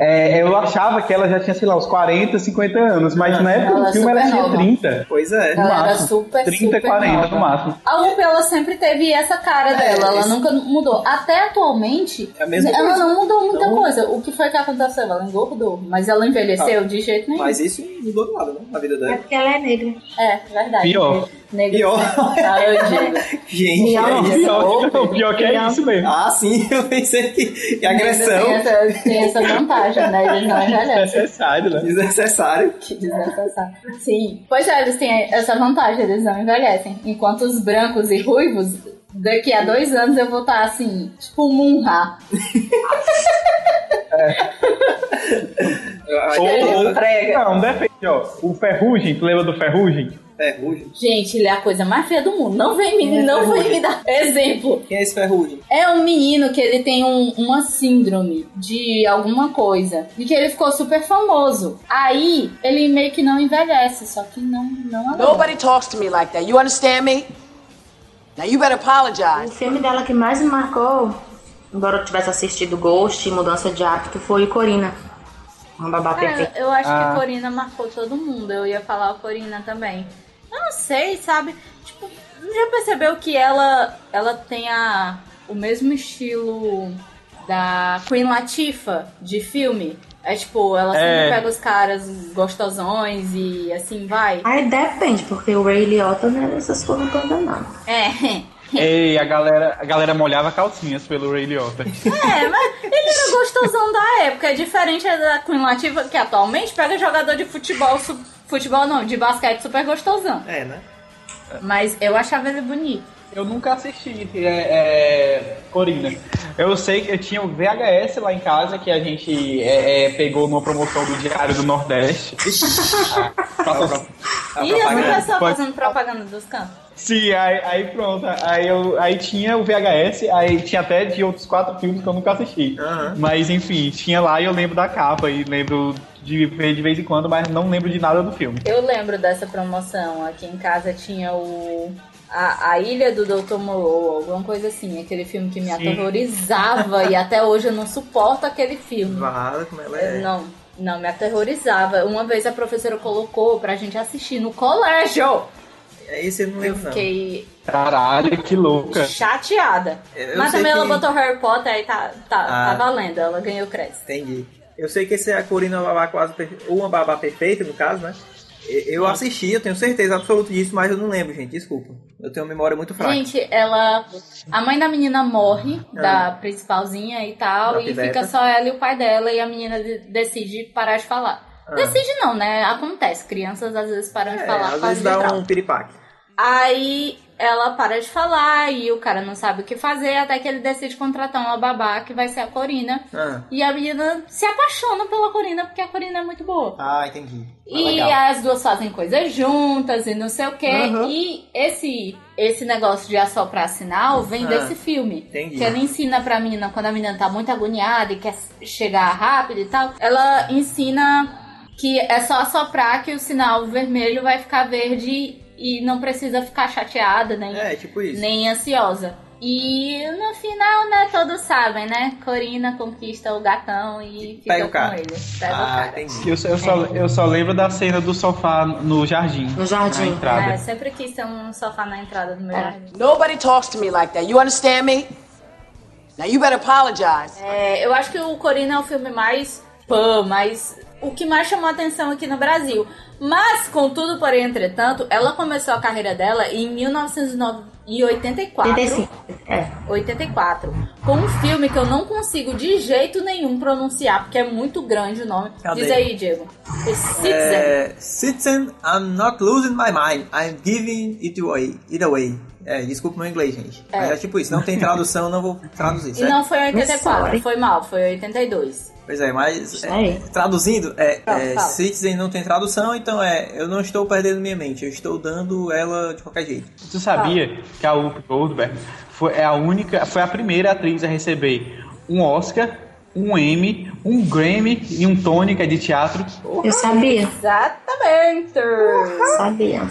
S3: é, eu achava que ela já tinha, sei lá, uns 40, 50 anos, mas na época
S7: Ela é
S3: do filme ela
S7: super
S3: tinha
S7: nova.
S3: 30.
S2: Pois é.
S3: no
S7: Ela era assim.
S3: máximo.
S7: super,
S3: 30,
S7: super
S3: 40
S7: nova.
S3: no máximo.
S7: A UP, ela sempre teve essa cara dela, ela
S2: isso.
S7: nunca mudou. Até atualmente,
S2: É a mesma
S7: ela
S2: coisa.
S7: não mudou muita
S2: Então-
S7: coisa. O que foi que aconteceu? Ela engordou, mas ela envelheceu de jeito nenhum.
S2: tá. Mas isso não mudou nada, né? Na vida
S4: É
S2: dela.
S4: porque ela é negra.
S7: É, verdade.
S3: Pior.
S7: Negro.
S2: Pior.
S7: Ah, eu digo.
S2: Gente,
S4: Não.
S2: é isso.
S3: Pior, que- pior que é isso mesmo.
S2: Ah, sim, eu pensei que, que agressão
S7: Tem essa, tem essa vantagem, né? Eles não envelhecem.
S3: Desnecessário, né?
S2: é desnecessário.
S7: Que desnecessário. Sim. Pois é, eles têm essa vantagem, eles não envelhecem. Enquanto os brancos e ruivos, daqui a dois anos eu vou estar assim, tipo um munra.
S3: Ou-
S7: Entrega.
S3: Não, depende, ó. O Ferrugem, tu lembra do Ferrugem?
S2: Ferrugem.
S7: Gente, ele é a coisa mais feia do mundo. Não vem me, não vem me dar exemplo.
S2: Quem é esse ferrugem?
S7: É um menino que ele tem um- uma síndrome de alguma coisa. E que ele ficou super famoso. Aí, ele meio que não envelhece, só que não, não adora.
S6: Nobody talks to me like that. You understand me? Now you better
S4: O
S6: apologize.
S4: filme dela que mais me marcou, embora eu tivesse assistido Ghost e Mudança de Hábito, foi Corina. Uma babá
S7: Cara,
S4: perfeita.
S7: É, eu acho
S3: Ah.
S7: que Corina marcou todo mundo. Eu ia falar a Corina também. Eu não sei, sabe? Tipo, já percebeu que ela, ela tem a, o mesmo estilo da Queen Latifa de filme? É tipo, ela
S3: É.
S7: sempre pega os caras gostosões e assim vai.
S4: Aí depende, porque o Ray Liotta não era essas coisas todas, não.
S7: É.
S3: Ei, a galera, a galera molhava calcinhas pelo Ray Liotta.
S7: É, mas ele era gostosão da época. É diferente da Queen Latifah, que atualmente pega jogador de futebol, su- futebol não, de basquete super gostosão.
S2: É, né?
S7: Mas eu achava ele bonito.
S3: Eu nunca assisti é, é, Corina. Eu sei que eu tinha o VHS lá em casa que a gente é, é, pegou numa promoção do Diário do Nordeste. Ah, passou-
S2: A
S7: Ih, essa
S2: propaganda.
S7: pessoa
S3: Pode-
S7: fazendo propaganda dos cantos.
S3: Sim, aí, aí pronto. Aí, eu, aí tinha o VHS, aí tinha até de outros quatro filmes que eu nunca assisti.
S2: Aham.
S3: Mas enfim, tinha lá e eu lembro da capa e lembro de ver de vez em quando, mas não lembro de nada do filme.
S7: Eu lembro dessa promoção. Aqui em casa tinha o. A, a Ilha do Dr. Moreau, alguma coisa assim. Aquele filme que me aterrorizava e até hoje eu não suporto aquele filme.
S2: Vada, como ela
S7: Eu
S2: é.
S7: não, não, me aterrorizava. Uma vez a professora colocou pra gente assistir no colégio.
S2: É esse eu não
S7: Eu
S2: lembro, não.
S7: fiquei
S3: Caralho, que louca.
S7: chateada.
S2: Eu
S7: Mas
S2: sei
S7: também ela
S2: que-
S7: botou Harry Potter aí tá, tá,
S2: Ah.
S7: tá valendo. Ela ganhou crédito.
S2: Entendi. Eu sei que esse é a Corina Babá quase perfeita, ou uma babá perfeita, no caso, né? E- Eu assisti, eu tenho certeza absoluta disso, mas eu não lembro, gente. Desculpa. Eu tenho uma memória muito fraca. Ah.
S7: Gente, ela. A mãe da menina morre, da principalzinha e tal,
S2: Da
S7: e
S2: piveta.
S7: fica só ela e o pai dela, e a menina de- decide parar de falar.
S2: Ah.
S7: Decide não, né? Acontece. Crianças às vezes param de
S2: é,
S7: falar por
S2: às
S7: causa
S2: vezes
S7: de
S2: dá
S7: trauma.
S2: um piripaque.
S7: Aí ela para de falar e o cara não sabe o que fazer, até que ele decide contratar uma babá que vai ser a Corina.
S2: Ah,
S7: E a menina se apaixona pela Corina, porque a Corina é muito boa.
S2: ah entendi. Ah,
S7: E
S2: legal.
S7: as duas fazem coisas juntas e não sei o quê.
S2: Aham.
S7: E esse, esse negócio de assoprar sinal vem
S2: Ah,
S7: desse filme.
S2: entendi.
S7: Que ela ensina pra menina, quando a menina tá muito agoniada e quer chegar rápido e tal, ela ensina que é só assoprar que o sinal vermelho vai ficar verde e não precisa ficar chateada nem,
S2: É, tipo isso.
S7: nem ansiosa.
S1: E no final, né, todos sabem, né? Corina conquista o gatão e fica
S2: Pega o
S1: com
S2: cara.
S1: ele. Pega o
S2: Ah,
S1: cara.
S2: entendi.
S3: Eu, só- eu só, eu só lembro da cena do sofá no jardim.
S4: No jardim.
S3: Na
S1: Ah, eu
S3: entrada.
S1: sempre quis ter um sofá na entrada do meu jardim.
S6: Nobody talks to me like that. You understand me? Now you better apologize.
S1: É, eu acho que o Corina é o filme mais pã, mais. O que mais chamou atenção aqui no Brasil. Mas, contudo, porém, entretanto, ela começou a carreira dela em 1984.
S4: 35. É.
S1: 84. Com um filme que eu não consigo de jeito nenhum pronunciar, porque é muito grande o nome.
S8: Cadê?
S1: Diz aí, Diego. É Citizen.
S8: É, Citizen, I'm not losing my mind. I'm giving it away. It away. É, desculpa o meu inglês, gente.
S1: É.
S8: Mas é tipo isso, não tem tradução, não vou traduzir,
S1: E
S8: certo?
S1: não foi em 84,
S4: Sorry.
S1: foi mal, foi em 82.
S8: Pois é, mas é,
S4: Aí.
S8: traduzindo, é,
S1: Não,
S8: é,
S1: fala.
S8: Citizen não tem tradução, então é, eu não estou perdendo minha mente, eu estou dando ela de qualquer jeito.
S3: Tu sabia que a Whoopi Goldberg foi a única, foi a primeira atriz a receber um Oscar, um Emmy, um Grammy e um Tony, que é de teatro.
S4: Eu sabia,
S1: Exatamente!
S4: sabia.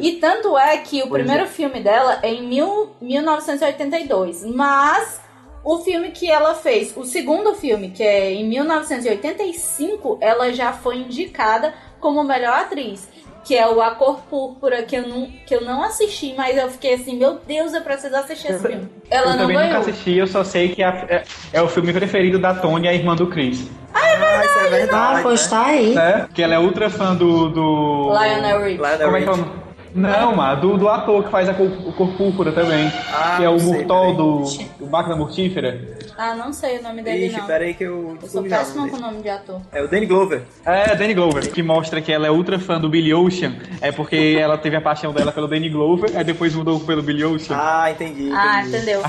S1: E tanto é que o
S3: Pois
S1: primeiro filme dela é em mil, 1982, mas o filme que ela fez, o segundo filme, que é em 1985, ela já foi indicada como melhor atriz, que é o A Cor Púrpura, que eu não, que eu não assisti, mas eu fiquei assim, meu Deus, eu preciso assistir esse filme. Ela
S3: eu
S1: não
S3: também nunca
S1: ganhou.
S3: assisti, eu só sei que é, a- é- é o filme preferido da Tony, a irmã do Chris.
S2: Ah, isso é
S4: Ah,
S2: verdade.
S4: pois tá aí.
S3: Né? Que ela é ultra fã do. do...
S1: Lionel Rich.
S2: Lionel
S3: Como é que é o
S2: Rich.
S3: nome? Não, mano, do, do ator que faz a cor, o cor púrpura também.
S2: Ah,
S3: que é o
S2: não sei,
S3: Murtol
S2: peraí.
S3: do, do Máquina Mortífera.
S1: Ah, não sei o nome dele,
S2: Ixi,
S1: não.
S2: pera aí que eu
S1: Eu sou
S2: descobri já o
S1: péssima
S2: nome
S1: com o
S2: dele.
S1: nome de ator.
S2: É o Danny Glover.
S3: É, Danny Glover, que mostra que ela é ultra fã do Billy Ocean. É porque ela teve a paixão dela pelo Danny Glover, aí depois mudou pelo Billy Ocean.
S2: Ah, entendi.
S1: Ah,
S2: entendi.
S1: entendeu.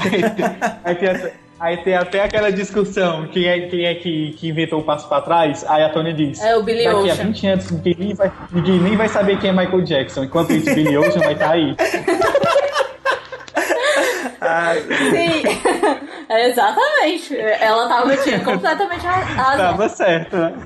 S3: Aí tem, até, aí tem até aquela discussão: quem é, quem é que, que inventou o passo pra trás? Aí a Tony diz:
S1: É o Billy
S3: Daqui a
S1: Ocean.
S3: 20 anos ninguém nem, vai, ninguém nem vai saber quem é Michael Jackson. Enquanto isso, Billy Ocean vai estar aí.
S1: Tá
S2: Ah,
S1: Sim, exatamente. Ela tava tipo, tinha
S2: É.
S1: completamente ra- razão.
S3: Tava certo, né?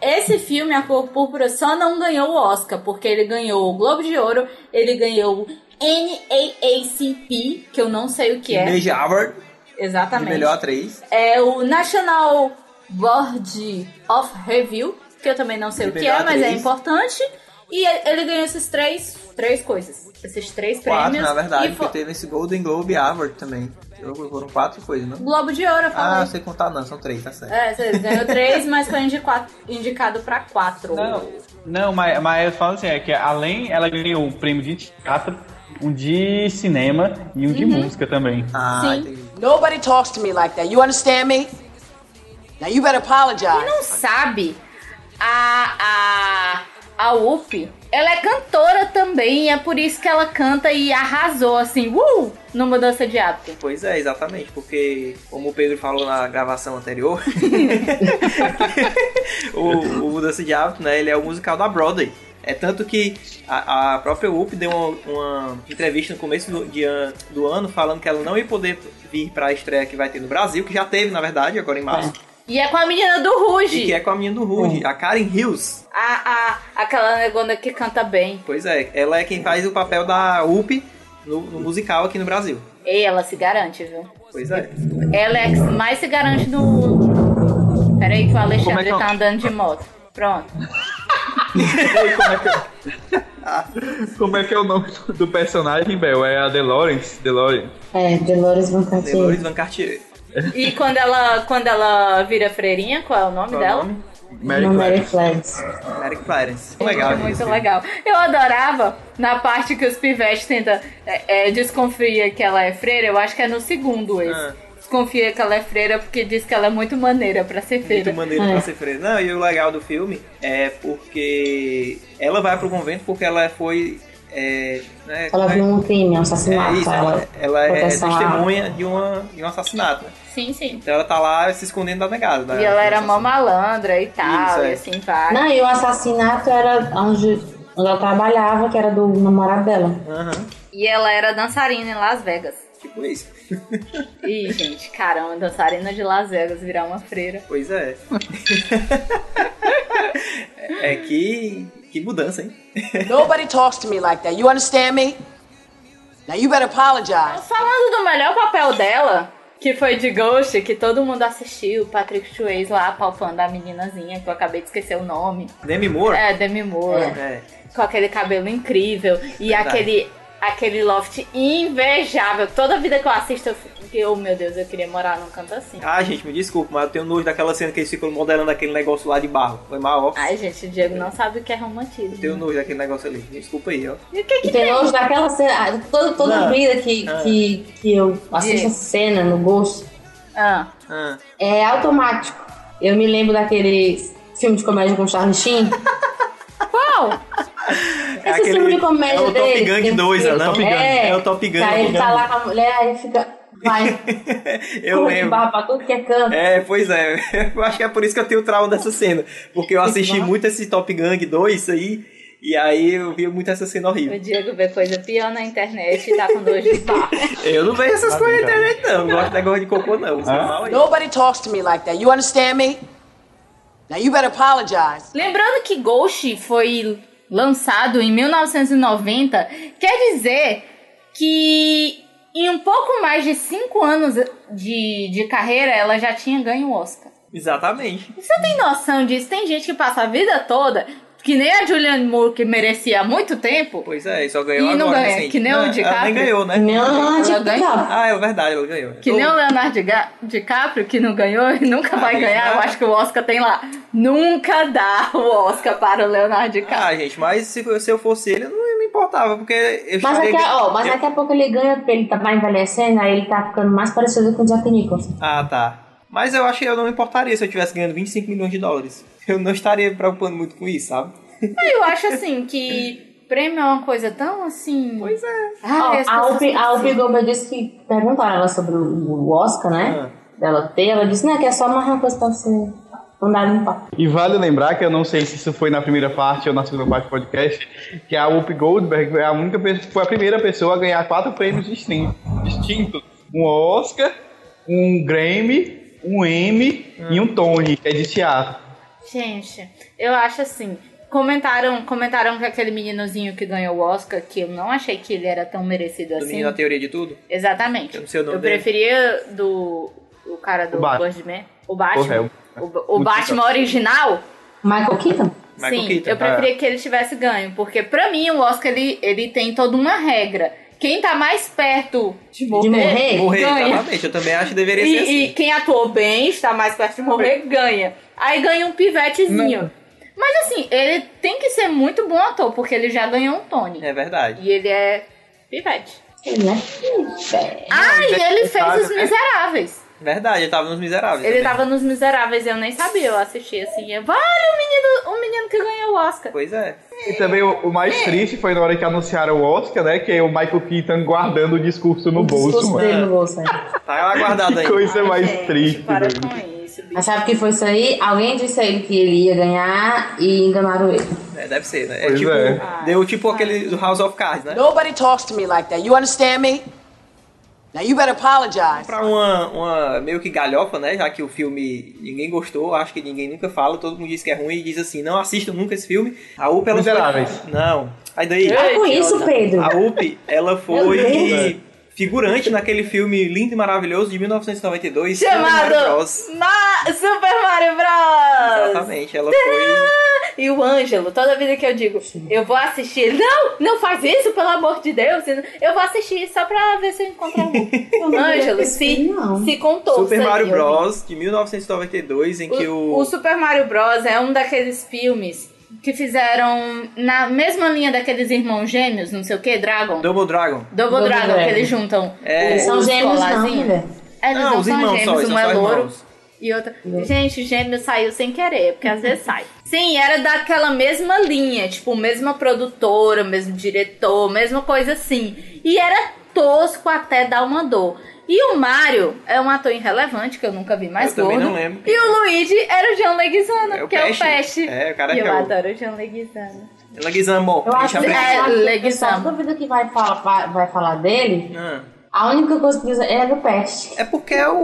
S1: É, esse filme, A Cor Púrpura, só não ganhou o Oscar, porque ele ganhou o Globo de Ouro, ele ganhou o NAACP, que eu não sei o que é
S2: Major Award, de
S1: exatamente.
S2: melhor atriz.
S1: É o National Board of Review, que eu também não sei
S2: De
S1: o que é,
S2: melhor
S1: mas é
S2: atriz.
S1: importante. E ele ele ganhou esses três, três coisas, esses três
S2: Quatro,
S1: prêmios.
S2: na verdade,
S1: e fo-
S2: porque teve esse Golden Globe Award também. Eu- Foram quatro coisas, não?
S1: Globo de Ouro, eu falei.
S2: Ah, eu sei contar não, são três, tá certo.
S1: É, você ganhou três, mas foi indica- indicado pra quatro.
S3: Não, não mas, mas eu falo assim, é que além ela ganhou o prêmio de teatro, um de cinema e um de
S1: Uhum.
S3: música também.
S2: Ah,
S1: Sim.
S2: entendi.
S6: Nobody talks to me like that. You understand me? Now you better apologize.
S1: Não sabe, a, a, a UP, ela é cantora também, e é por isso que ela canta e arrasou, assim, uh, no Mudança de Hábito.
S2: Pois é, exatamente, porque como o Pedro falou na gravação anterior, o, o Mudança de Hábito, né, ele é o musical da Broadway. É tanto que a, a própria Whoop deu uma, uma entrevista no começo do, de an- do ano falando que ela não ia poder vir pra estreia que vai ter no Brasil, que já teve, na verdade, agora em março,
S1: E é com a menina do
S2: e que
S1: Ruge,
S2: é com a menina do Ruge, a Karen Hills.
S1: a, a, aquela negona que canta bem.
S2: Pois é, ela é quem faz o papel da Whoop no, no musical aqui no Brasil.
S1: E ela se garante, viu?
S2: Pois é.
S1: Ela é a que mais se garante no... Peraí que o
S3: Como é
S1: Alexandre
S3: que é o-
S1: tá andando de moto. Pronto.
S3: Como é que é o nome do personagem, Bel? É a The Lawrence? The Lawrence.
S4: É, Dolores
S2: Dolores
S4: Boncantinho.
S2: Van Cartier.
S1: E quando ela, quando ela vira freirinha, qual é o nome
S2: Qual é o
S1: dela?
S2: nome?
S4: Não, Mary Flags.
S2: Eric Clarence.
S1: É
S2: Legal.
S1: muito
S2: isso.
S1: legal. Eu adorava na parte que os pivetes tentam é, é, desconfia que ela é freira. Eu acho que é no segundo esse.
S2: Ah.
S1: Desconfia que ela é freira porque diz que ela é muito maneira pra ser freira.
S2: Muito maneiro
S1: É.
S2: pra ser freira. Não, e o legal do filme é porque ela vai pro convento porque ela foi. É, né,
S4: Ela
S2: como é?
S4: viu um crime, um
S2: É
S4: assassinato.
S2: isso,
S4: ela...
S2: ela, ela é
S4: proteção à-
S2: testemunha de, uma, de um assassinato. né?
S1: Sim, sim.
S2: Então ela tá lá se escondendo da negada. né? da-
S1: E ela era
S2: do
S1: mó
S2: assassino.
S1: malandra e tal,
S2: Isso,
S1: e
S2: é.
S1: assim vai.
S4: Não, e o assassinato era onde, onde ela trabalhava, que era do namorado dela.
S2: Aham,
S1: E ela era dançarina em Las Vegas.
S2: tipo isso.
S1: Ih, gente, caramba, dançarina de Las Vegas virar uma freira.
S2: Pois é. é que. Que mudança, hein?
S6: Nobody talks to me like that. You understand me? Now you better apologize.
S1: Falando do melhor papel dela, que foi de Ghost, que todo mundo assistiu, o Patrick Swayze lá apalpando a meninazinha, que eu acabei de esquecer o nome.
S2: Demi Moore?
S1: É, Demi Moore.
S2: É.
S1: Com aquele cabelo incrível e
S2: Verdade.
S1: aquele, aquele loft invejável. Toda vida que eu assisto, eu fico, oh meu Deus, eu queria morar num canto assim.
S2: Ah, gente, me desculpa, mas eu tenho nojo daquela cena que eles ficam modelando aquele negócio lá de barro. Foi mal, ó.
S1: Ai, gente, o Diego não sabe o que é romantismo.
S2: Eu tenho nojo daquele negócio ali. Desculpa aí, ó.
S1: E o que
S4: E
S1: que
S4: tem longe daquela cena. Toda, toda
S2: Não.
S4: vida que,
S2: Ah.
S4: que, que eu assisto
S1: Diga.
S4: a cena no Ghost,
S1: Ah,
S2: Ah,
S4: é automático. Eu me lembro daquele filme de comédia com Charlie Sheen.
S1: qual?
S4: Esse filme de comédia
S2: É o Top
S4: dele,
S2: Gang
S4: que
S2: 2, né?
S4: ele
S2: não?
S4: fez. É.
S2: É o Top
S4: Que
S2: Gun.
S4: aí ele tá lá com a mulher, aí fica. Vai,
S2: Eu
S4: pula de
S2: lembro.
S4: barro pra tudo que é canto.
S2: É, pois é. Eu acho que é por isso que eu tenho trauma dessa cena. Porque eu assisti
S4: Nossa.
S2: muito esse Top Gang 2 aí. E aí eu vi muito essa cena
S1: O
S2: horrível.
S1: Diego vê coisa pior na internet e tá com dor de barro.
S2: Eu não vejo essas
S3: Tá
S2: coisas na
S3: brincando.
S2: internet, não. Não gosto de negócio de cocô, não. Isso é
S3: Hã?
S2: mal aí.
S6: Nobody talks to me like that. You understand me? Now you better apologize.
S1: Lembrando que Ghost foi lançado em 1990, quer dizer que em um pouco mais de 5 anos de, de carreira ela já tinha ganho o Oscar.
S2: Exatamente.
S1: Você tem noção disso? Tem gente que passa a vida toda, que nem a Julianne Moore, que merecia há muito tempo,
S2: Pois é, e só ganhou
S1: E não
S2: agora.
S1: ganha,
S2: assim.
S1: que nem o
S2: Não, Ela
S1: DiCaprio.
S2: nem ganhou, né?
S4: Não,
S1: Ela
S4: tipo,
S1: ganha.
S4: tá.
S2: Ah, é verdade, ela ganhou.
S1: que nem o Leonardo Diga- DiCaprio, que não ganhou e nunca
S2: Ah,
S1: vai
S2: gente,
S1: ganhar. Eu
S2: ah.
S1: acho que o Oscar tem lá. Nunca dá o Oscar para o Leonardo DiCaprio.
S2: Ah, gente, mas se, eu- se eu fosse ele, eu não me importava, porque eu
S4: Mas,
S1: é
S2: estaria-
S4: daqui a, ó, mas daqui a pouco ele ganha, porque ele tá, vai envelhecendo, aí ele tá ficando mais parecido com o Jack Nicholson.
S2: Ah, tá. Mas eu acho que eu não me importaria se eu estivesse ganhando 25 milhões de dólares. Eu não estaria me preocupando muito com isso, sabe?
S1: Eu acho assim que prêmio é uma coisa tão assim.
S2: Pois é.
S1: Ah,
S4: Ó,
S1: as
S4: a Upi,
S1: pessoas-
S4: a Upi Goldberg disse que perguntaram ela sobre o, o Oscar, né?
S2: Ah.
S4: Dela ter, ela disse, não, que é só amarrar uma coisa pra você mandar limpar.
S3: E vale lembrar que eu não sei se isso foi na primeira parte ou na segunda parte do podcast, que a Whoopi Goldberg foi a única pessoa, foi a primeira pessoa a ganhar quatro prêmios distin- distintos: um Oscar, um Grammy, um Emmy e um Tony, que é de teatro.
S1: assim, Gente, eu acho assim. Comentaram, comentaram que aquele meninozinho que ganhou o Oscar, que eu não achei que ele era tão merecido
S2: Do
S1: assim.
S2: menino da teoria de tudo.
S1: Exatamente.
S2: Eu não sei o nome
S1: eu
S2: dele.
S1: preferia do. O cara do
S3: O Batman.
S1: Birdman. O Batman.
S3: Porra, é o-
S1: O, ba- o
S3: Muito
S1: Batman
S3: legal.
S1: original?
S4: Michael Keaton?
S2: Michael
S1: Sim,
S2: Keaton. tá.
S1: eu preferia que ele tivesse ganho, porque pra mim o Oscar ele, ele tem toda uma regra. Quem tá mais perto de morrer,
S4: morrer?
S2: Morrer,
S1: ganha.
S2: exatamente. Eu também acho que deveria
S1: E,
S2: ser assim.
S1: e quem atuou bem, está mais perto de morrer, ganha. Aí ganha um pivetezinho. Mas assim, ele tem que ser muito bom ator, porque ele já ganhou um Tony.
S2: É verdade.
S1: E ele é pivete.
S4: Ele é Keaton.
S1: Ah, e ele fez
S2: sabe,
S1: Os
S2: né?
S1: Miseráveis.
S2: Verdade, ele tava nos miseráveis.
S1: Ele
S2: também.
S1: tava nos Miseráveis, eu nem sabia, eu assisti assim. Eu, vale o menino, o menino que ganhou o Oscar.
S2: Pois é.
S3: E também o, o mais triste foi na hora que anunciaram o Oscar, né? Que é o Michael Keaton guardando o discurso no
S4: O discurso
S3: bolso,
S1: é.
S3: mano.
S4: dele no bolso, né?
S2: Tá lá guardado
S3: Que
S2: aí.
S3: coisa mais
S1: Gente,
S3: triste,
S1: para
S3: velho.
S1: com isso, bicho.
S4: Mas sabe o que foi isso aí? Alguém disse a ele que ele ia ganhar e enganaram ele.
S2: É, deve ser, né? É
S3: Pois
S2: tipo,
S3: é.
S2: Deu tipo aquele do House of Cards, né?
S6: Nobody talks to me like that. You understand me? Now you better apologize.
S2: Pra uma, uma meio que galhofa, né? Já que o filme ninguém gostou, acho que ninguém nunca fala, todo mundo diz que é ruim e diz assim, não assista nunca esse filme. A UP ela
S3: Miseráveis.
S2: foi... Não. Aí daí,
S1: É,
S4: Ah, com isso, Pedro.
S2: a UP, ela foi figurante naquele filme lindo e maravilhoso de 1992, Super
S1: Chamado
S2: Mario Bros.
S1: Ma- Ah, Super Mario Bros!
S2: Exatamente, ela foi...
S1: E o Ângelo, toda vida que eu digo, eu vou assistir, ele, não, não faz isso, pelo amor de Deus, eu vou assistir só pra ver se eu encontro algum. Ângelo, se,
S4: Não.
S1: se contou.
S2: Super Mario
S1: aí, eu vi.
S2: Bros. de 1992, em que
S1: O, o Super Mario Bros. é um daqueles filmes que fizeram na mesma linha daqueles irmãos gêmeos, não sei o que, Dragon.
S2: Double Dragon.
S1: Double
S4: Double
S1: Dragon, que
S4: Dragon.
S1: eles juntam.
S2: É.
S1: os
S4: Eles são gêmeos, não,
S1: colazinhos.
S4: mulher.
S1: É, Eles não,
S2: Não, os
S1: são
S2: irmãos
S1: gêmeos,
S2: só, eles
S1: um
S2: são
S1: é
S2: só
S1: louro
S2: irmãos.
S1: e outra. Gente, gêmeo saiu sem querer, porque às vezes sai. Sim, era daquela mesma linha, tipo, mesma produtora, mesmo diretor, mesma coisa assim. E era tosco até dar uma dor. E o Mario é um ator irrelevante, que eu nunca vi mais
S2: Eu também
S1: gordo.
S2: não lembro.
S1: E o Luigi era o John Leguizano,
S2: É o
S1: que
S2: Peste.
S1: é o Peste.
S2: É, o cara
S1: e
S2: que
S1: eu
S2: é o-
S1: adoro o John Leguizano.
S2: Ela diz, amor,
S4: Eu
S2: deixa
S4: acho que
S2: pra-
S1: É,
S4: é,
S1: leguizamo.
S4: pessoal, toda vida que vai falar, vai, vai falar dele,
S1: é.
S2: Ah.
S4: a única coisa que diz é a do peste.
S2: É porque é o,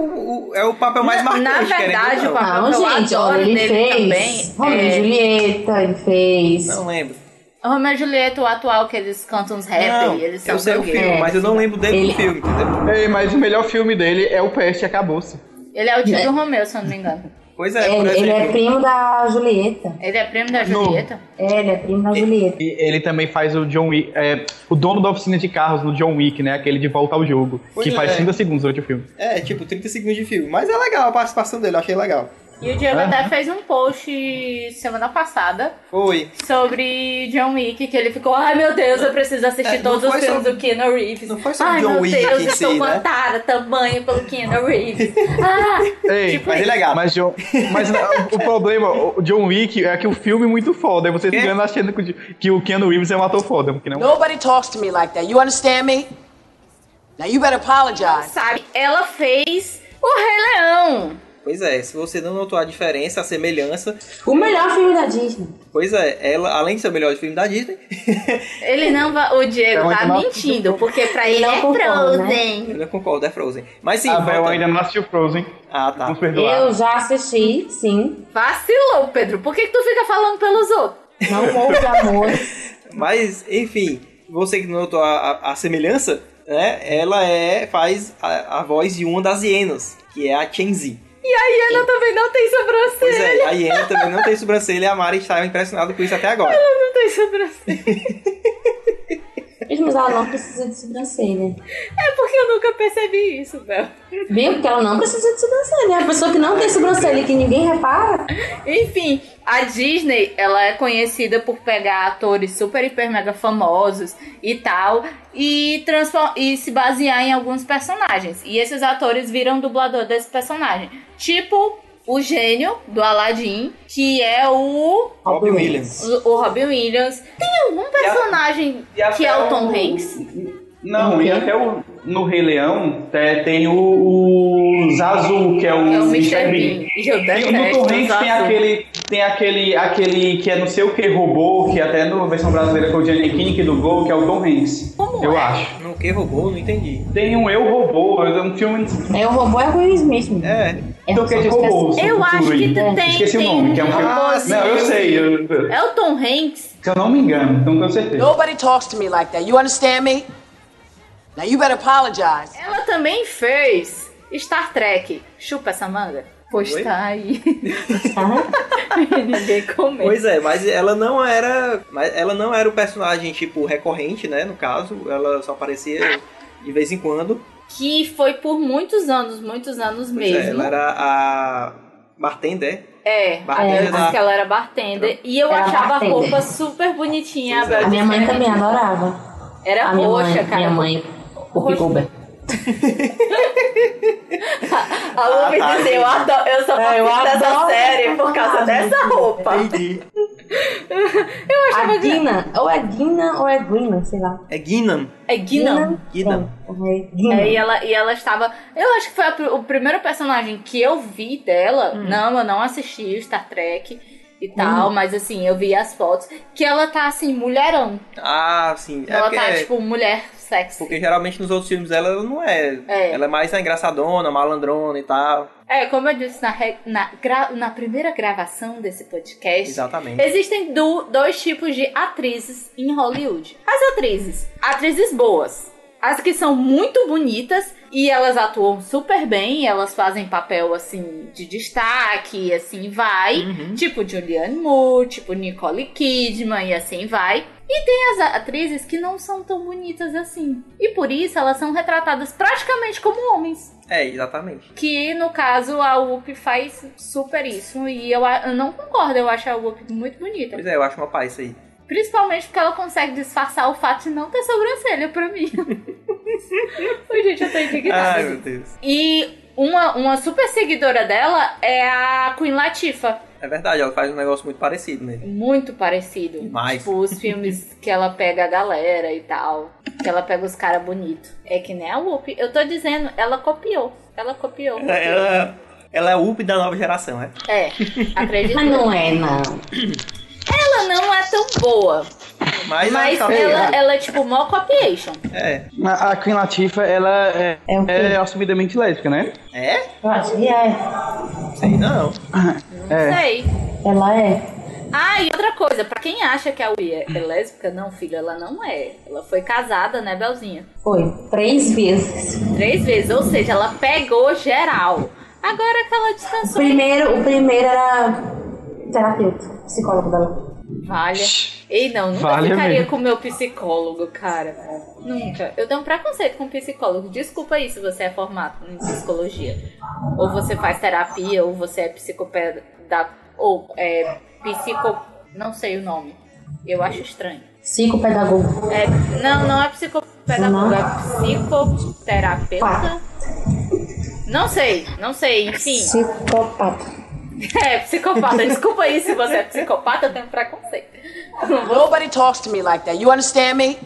S2: o- é o papel mais marcante,
S1: na verdade,
S2: querendo ou
S1: o
S2: não.
S1: papel
S4: Não,
S1: que eu
S4: Ah, gente,
S1: adoro
S4: olha, ele
S1: dele
S4: fez
S1: também
S4: Romeo e
S1: é-
S4: Julieta, ele fez
S2: Não lembro.
S1: Romeo e Julieta, o atual que eles cantam uns rap,
S2: não,
S1: É, eles são
S2: eu sei o
S1: blogueiros.
S2: filme, mas eu não lembro dele
S4: Ele-
S2: do filme, entendeu?
S3: Ei, mas o melhor filme dele é O Peste e Acabou-se.
S1: Ele é o tio do Romeu, se eu não me engano.
S2: Pois é, por
S4: Ele, ele
S2: exemplo.
S4: é primo da Julieta.
S1: Ele é prêmio
S2: Ah,
S1: da
S3: Não.
S1: Julieta?
S4: É, ele é primo da Julieta.
S3: E ele também faz o John Wick, é, o dono da oficina de carros no John Wick, né? Aquele de volta ao jogo,
S2: Pois
S3: que faz
S2: é.
S3: 30 segundos durante o filme.
S2: É, tipo, 30 segundos de filme. Mas é legal a participação dele, eu achei legal.
S1: E o Diego
S3: Aham.
S1: até fez um post semana passada
S2: Foi.
S1: sobre John Wick, que ele ficou, ai meu Deus, eu preciso assistir
S2: É, não
S1: todos os
S2: foi
S1: filmes
S2: só-
S1: do Keanu Reeves.
S2: Não foi só
S1: Ai
S2: John
S1: meu
S2: Wick
S1: Deus,
S2: em
S1: eu
S2: si,
S1: tô
S2: né?
S1: plantada tamanho pelo Keanu Reeves. Ah,
S3: Ei,
S1: Tipo,
S2: Mas é legal.
S3: Mas, John, mas ah, o problema, o John Wick, é que o filme é muito foda. Aí você se
S2: Quê?
S3: engana achando que o- que o Keanu Reeves é um ator foda, porque não.
S6: Nobody talks to me like that. You understand me? Now you better apologize.
S1: sabe, ela fez o Rei Leão.
S2: Pois é, se você não notou a diferença, a semelhança,
S4: O melhor filme da Disney.
S2: pois é, ela, além de ser o melhor filme da Disney,
S1: Ele não vai. O Diego
S3: Ela
S1: tá
S2: um
S3: ainda não-
S1: mentindo, porque pra
S4: Ele
S1: ele
S4: não
S1: é
S4: concorda, né?
S1: Frozen.
S2: eu não concordo, é Frozen. Mas sim,
S3: a Bel
S2: voltando-
S3: ainda não assistiu Frozen.
S2: Ah, tá.
S3: Vamos perdoar.
S4: Eu já assisti, sim.
S1: Vacilou, Pedro. Por que, que tu fica falando pelos outros?
S4: Não houve amores.
S2: Mas, enfim, você que notou a, a- a semelhança, né? Ela é, faz a, a voz de uma das hienas, que é a Chenzi.
S1: E a Iana também não tem sobrancelha.
S2: Pois é, a hiena também não tem sobrancelha e a Mari estava impressionada com isso até agora.
S1: Não tem sobrancelha.
S4: Mas ela não precisa de sobrancelha.
S1: É porque eu nunca percebi isso, Bel.
S4: Viu? Porque ela não precisa de sobrancelha. É a pessoa que não tem sobrancelha e que ninguém repara.
S1: Enfim, a Disney, ela é conhecida por pegar atores super, hiper, mega famosos e tal, e, transfor- e se basear em alguns personagens. E esses atores viram dublador desse personagem. Tipo o gênio do Aladdin, que é o,
S2: Robin Williams.
S1: o, o Robin Williams. Tem algum personagem
S3: E até
S1: que é o Tom
S3: o-
S1: Hanks?
S3: Não, e até o, no Rei Leão é, tem o, o Zazu, que é o,
S1: É o Mr.
S3: Mr.
S1: Bean. E eu
S3: Tem, no
S1: detesto
S3: Tom Hanks
S1: usar
S3: tem
S1: azul.
S3: aquele, tem aquele, aquele que é não sei o que robô, que até na versão brasileira foi o Johnny King que dublou, que é o Tom Hanks.
S1: Como
S3: eu
S1: é?
S3: acho.
S2: No que roubou, não entendi.
S3: Tem um Eu Robô, é um filme
S4: É o robô é o Will Smith. menino.
S2: É,
S4: É
S3: do que de
S4: só-
S3: robôs.
S1: Eu
S3: no
S1: acho
S3: futuro
S1: que
S3: aí.
S1: tem-
S3: Esqueci
S1: tem
S3: o nome, que é um
S1: um
S3: filme.
S1: robôzinho.
S3: não, eu sei, eu- eu-
S1: É o Tom Hanks?
S3: se eu não me engano, não tenho certeza.
S6: Nobody talks to me like that. You understand me? Now you better apologize.
S1: Ela também fez Star Trek. Chupa essa manga. Pois
S2: Oi?
S1: tá aí. Ninguém comenta.
S2: Pois é, mas ela não era. Mas ela não era o personagem, tipo, recorrente, né? No caso, ela só aparecia de vez em quando.
S1: Que foi por muitos anos, muitos anos
S2: Pois é,
S1: mesmo.
S2: ela era a bartender.
S1: É,
S2: Bartender
S1: é,
S2: da-
S1: que ela era bartender. E eu
S4: Era
S1: achava
S4: bartender.
S1: a roupa super bonitinha.
S2: Pois é.
S1: Bel
S4: A minha mãe
S1: disse,
S4: também adorava.
S1: Era
S4: A minha
S1: É roxa,
S4: mãe,
S1: cara.
S4: minha mãe. O
S1: Roxa.
S4: Picuba.
S1: A Lu me
S2: Ah, tá,
S1: dizia, eu, adoro, eu só
S4: É, eu
S1: gosto dessa
S4: adoro Ah,
S1: série
S4: essa
S1: por causa
S4: personagem.
S1: dessa roupa.
S2: Entendi.
S4: A Guina, ou é Guina ou é Guina, sei lá.
S2: É Guinan.
S1: É Guinan.
S2: Guinan.
S4: É,
S2: Uhum.
S4: Guina.
S1: É, e, ela, e ela estava. Eu acho que foi a pr- o primeiro personagem que eu vi dela.
S2: Hum.
S1: Não, eu não assisti o Star Trek e tal, mas assim, eu vi as fotos. Que ela tá assim, mulherão.
S2: Ah, sim. É
S1: ela
S2: porque,
S1: tá, tipo, mulher sexy.
S2: porque geralmente nos outros filmes ela não é.
S1: É.
S2: Ela é mais a engraçadona, malandrona e tal.
S1: É, como eu disse na, re- na, gra- na primeira gravação desse podcast.
S2: Exatamente.
S1: Existem du- dois tipos de atrizes em Hollywood. As atrizes, atrizes boas. As que são muito bonitas e elas atuam super bem, elas fazem papel assim de destaque e assim vai.
S2: Uhum.
S1: Tipo Julianne Moore, tipo Nicole Kidman e assim vai. E tem as a- atrizes que não são tão bonitas assim. E por isso elas são retratadas praticamente como homens.
S2: É, exatamente.
S1: Que no caso a Whoopi faz super isso. E eu, a- eu não concordo, eu acho a Whoopi muito bonita.
S2: Pois é, eu acho uma paz isso aí.
S1: Principalmente porque ela consegue disfarçar o fato de não ter sobrancelha pra mim. Ai, Gente, eu tô
S2: Ai,
S1: indignada.
S2: meu Deus.
S1: E uma, uma super seguidora dela é a Queen Latifa.
S2: É verdade, ela faz um negócio muito parecido mesmo.
S1: Muito parecido.
S2: Demais.
S1: Tipo, os filmes que ela pega a galera e tal. Que ela pega os caras bonitos. É que nem a Whoopi. Eu tô dizendo, ela copiou. Ela copiou.
S2: É, Ela, ela, ela é a UP da nova geração, é?
S1: É, acredito.
S4: Mas não é, não.
S1: Ela não é tão boa.
S2: Mas,
S1: Mas
S2: ela- tá
S1: ela, ela é tipo mó copiation.
S2: É.
S3: A, a Queen Latifah, ela é,
S4: É o quê?
S3: é assumidamente lésbica, né?
S2: É?
S4: Eu acho que é.
S2: Sei não.
S1: Não sei.
S4: Ela é.
S1: Ah, e outra coisa, pra quem acha que a Wii é, é lésbica, não, filha, ela não é. Ela foi casada, né, Belzinha?
S4: Foi três vezes.
S1: Três vezes, ou seja, ela pegou geral. Agora que ela
S4: O
S1: descansou.
S4: primeiro, o primeiro era terapeuta, psicólogo dela.
S1: Valha. Ei, não, nunca
S3: Valha
S1: ficaria
S3: mesmo.
S1: com o meu psicólogo, cara. Nunca. Eu tenho um preconceito com psicólogo. Desculpa aí se você é formado em psicologia. Ou você faz terapia, ou você é psicopeda... Ou é psico... Não sei o nome. Eu acho estranho.
S4: Psicopedagogo.
S1: É, não, não é psicopedagoga, é psicoterapeuta. Não sei, não sei, enfim.
S4: Psicopata.
S1: É, psicopata. Desculpa aí se você é psicopata, eu tenho preconceito.
S6: Nobody talks to me like that. You understand me?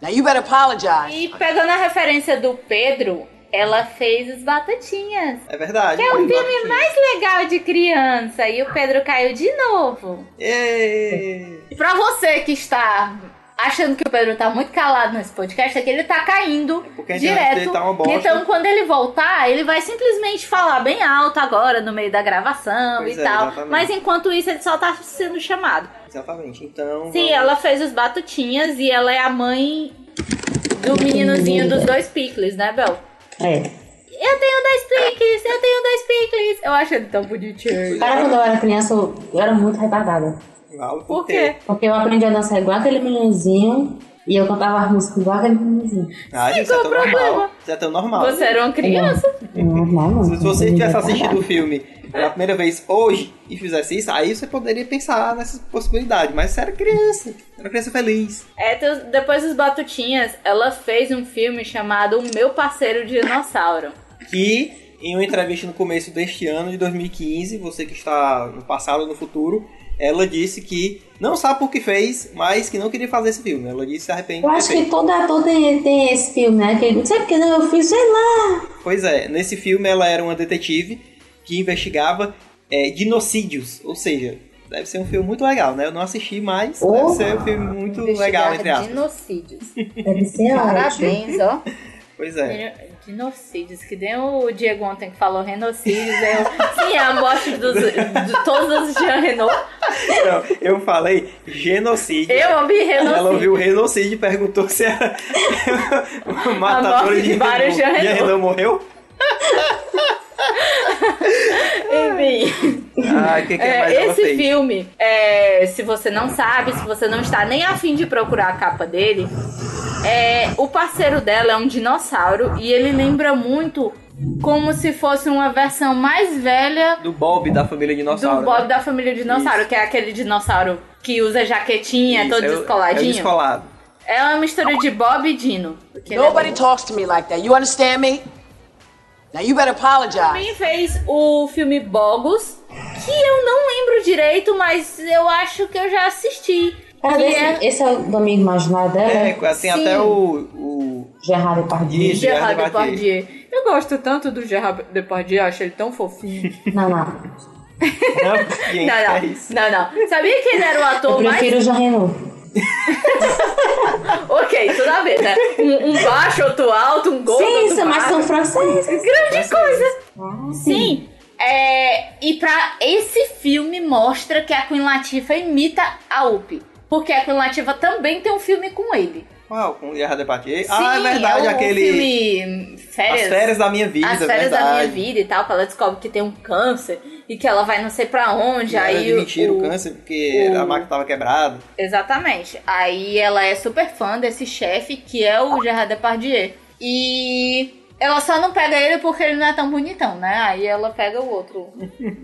S6: Now you better apologize.
S1: E pegando a referência do Pedro, ela fez os batatinhas.
S2: É verdade.
S1: Que é o
S2: foi
S1: filme
S2: bacana.
S1: mais legal de criança. E o Pedro caiu de novo.
S2: Ê!
S1: E pra você que está achando que o Pedro tá muito calado nesse podcast, é que ele tá caindo
S2: Porque a internet
S1: direto.
S2: dele tá uma bosta.
S1: Então, quando ele voltar, ele vai simplesmente falar bem alto agora, no meio da gravação
S2: Pois
S1: e
S2: é,
S1: tal.
S2: exatamente.
S1: Mas enquanto isso, ele só tá sendo chamado.
S2: Exatamente. Então.
S1: Sim,
S2: vamos-
S1: ela fez os batutinhas e ela é a mãe do meninozinho dos dois picles, né, Bel?
S4: É.
S1: Eu tenho dois picles, eu tenho dois picles. Eu acho ele tão bonitinho.
S4: Cara, quando eu era criança, eu, eu era muito retardada.
S2: Vale é. por,
S1: Por quê?
S4: Porque eu aprendi a dançar igual aquele meninozinho e eu cantava as músicas igual aquele meninozinho.
S2: Ah, gente, isso
S1: qual
S2: é
S1: o
S2: tão
S1: problema?
S2: normal. Isso é tão normal.
S1: Você era uma criança?
S4: Normal, É, não.
S2: Se você tivesse assistido o filme pela primeira vez hoje e fizesse isso, aí você poderia pensar nessa possibilidade. Mas você era criança. Era criança feliz.
S1: É, te- depois dos batutinhas, ela fez um filme chamado O Meu Parceiro Dinossauro.
S2: Que em uma entrevista no começo deste ano, de 2015, você que está no passado ou no futuro, ela disse que não sabe por que fez, mas que não queria fazer esse filme. Ela disse se arrepende.
S4: Eu
S2: de ter
S4: acho
S2: feito.
S4: que todo ator tem, tem esse filme, né? Que, não sei porque não, eu fiz, sei lá.
S2: Pois é, nesse filme ela era uma detetive que investigava é, genocídios, ou seja, deve ser um filme muito legal, né? Eu não assisti, mas
S4: Oh.
S2: deve ser um filme muito legal, entre aspas.
S1: Genocídios.
S4: Deve ser ótimo.
S1: Parabéns, ó.
S2: Pois é.
S1: Genocídios, que nem o Diego ontem que falou renocídios. Eu... Sim, é a morte dos, de todas as Jean Renault.
S2: Não, eu falei genocídio.
S1: Eu amei
S2: Ela
S1: renocídio.
S2: ouviu o genocídio e perguntou se era uma matadora
S1: morte de
S2: de
S1: vários
S2: Renault. E a
S1: Renault.
S2: Renault morreu?
S1: Enfim,
S2: Ah, o que, que mais
S1: é,
S2: ela
S1: esse
S2: fez?
S1: filme, é, se você não sabe, se você não está nem afim de procurar a capa dele, é, o parceiro dela é um dinossauro e ele lembra muito como se fosse uma versão mais velha
S2: Do Bob, da família dinossauro.
S1: do Bob
S2: né?
S1: da família dinossauro,
S2: Isso.
S1: que é aquele dinossauro que usa jaquetinha,
S2: Isso,
S1: todo
S2: é o- É o
S1: descoladinho.
S2: descolado.
S1: É uma mistura de Bob e Dino. porque ele é
S6: Nobody talks to me like that. You understand me? Now you better apologize.
S1: também fez o filme Bogus, que eu não lembro direito, mas eu acho que eu já assisti.
S4: Cara,
S1: Que
S4: esse,
S1: é
S4: esse é o domingo imaginário dela,
S2: É,
S4: é.
S2: tem
S1: Sim.
S2: até o- o
S4: Gerard Depardieu.
S2: Isso. Gerard
S1: Gerard
S2: Depardieu.
S1: Depardieu. Eu gosto tanto do Gerard Depardieu, eu acho ele tão fofinho.
S4: Não, não.
S2: Não, gente,
S1: não, não,
S2: é isso.
S1: não, não. Sabia que ele era o
S4: Eu
S1: ator mais...
S4: prefiro o Jean Renault.
S1: Ok, tudo a ver, né? Um, um baixo, outro alto, um gordo,
S4: Sim,
S1: outro
S4: isso, mas
S1: magro.
S4: são franceses.
S1: Grande coisa. Sim. É, e pra esse filme mostra que a Queen Latifah imita a Up. Porque a Queen Latifah também tem um filme com ele.
S2: Qual? Com o Guerra de Partier? Ah, é verdade,
S1: o
S2: aquele.
S1: um filme
S2: As
S1: Férias.
S2: férias da minha vida,
S1: As férias da
S2: verdade.
S1: minha vida e tal, que ela descobre que tem um câncer e que ela vai não sei pra onde.
S2: Já
S1: aí o-
S2: admitiram é o,
S1: o-
S2: câncer porque
S1: o-
S2: a máquina tava quebrada.
S1: Exatamente. Aí ela é super fã desse chefe que é o Gerard Depardieu. E ela só não pega ele porque ele não é tão bonitão, né? Aí ela pega o outro.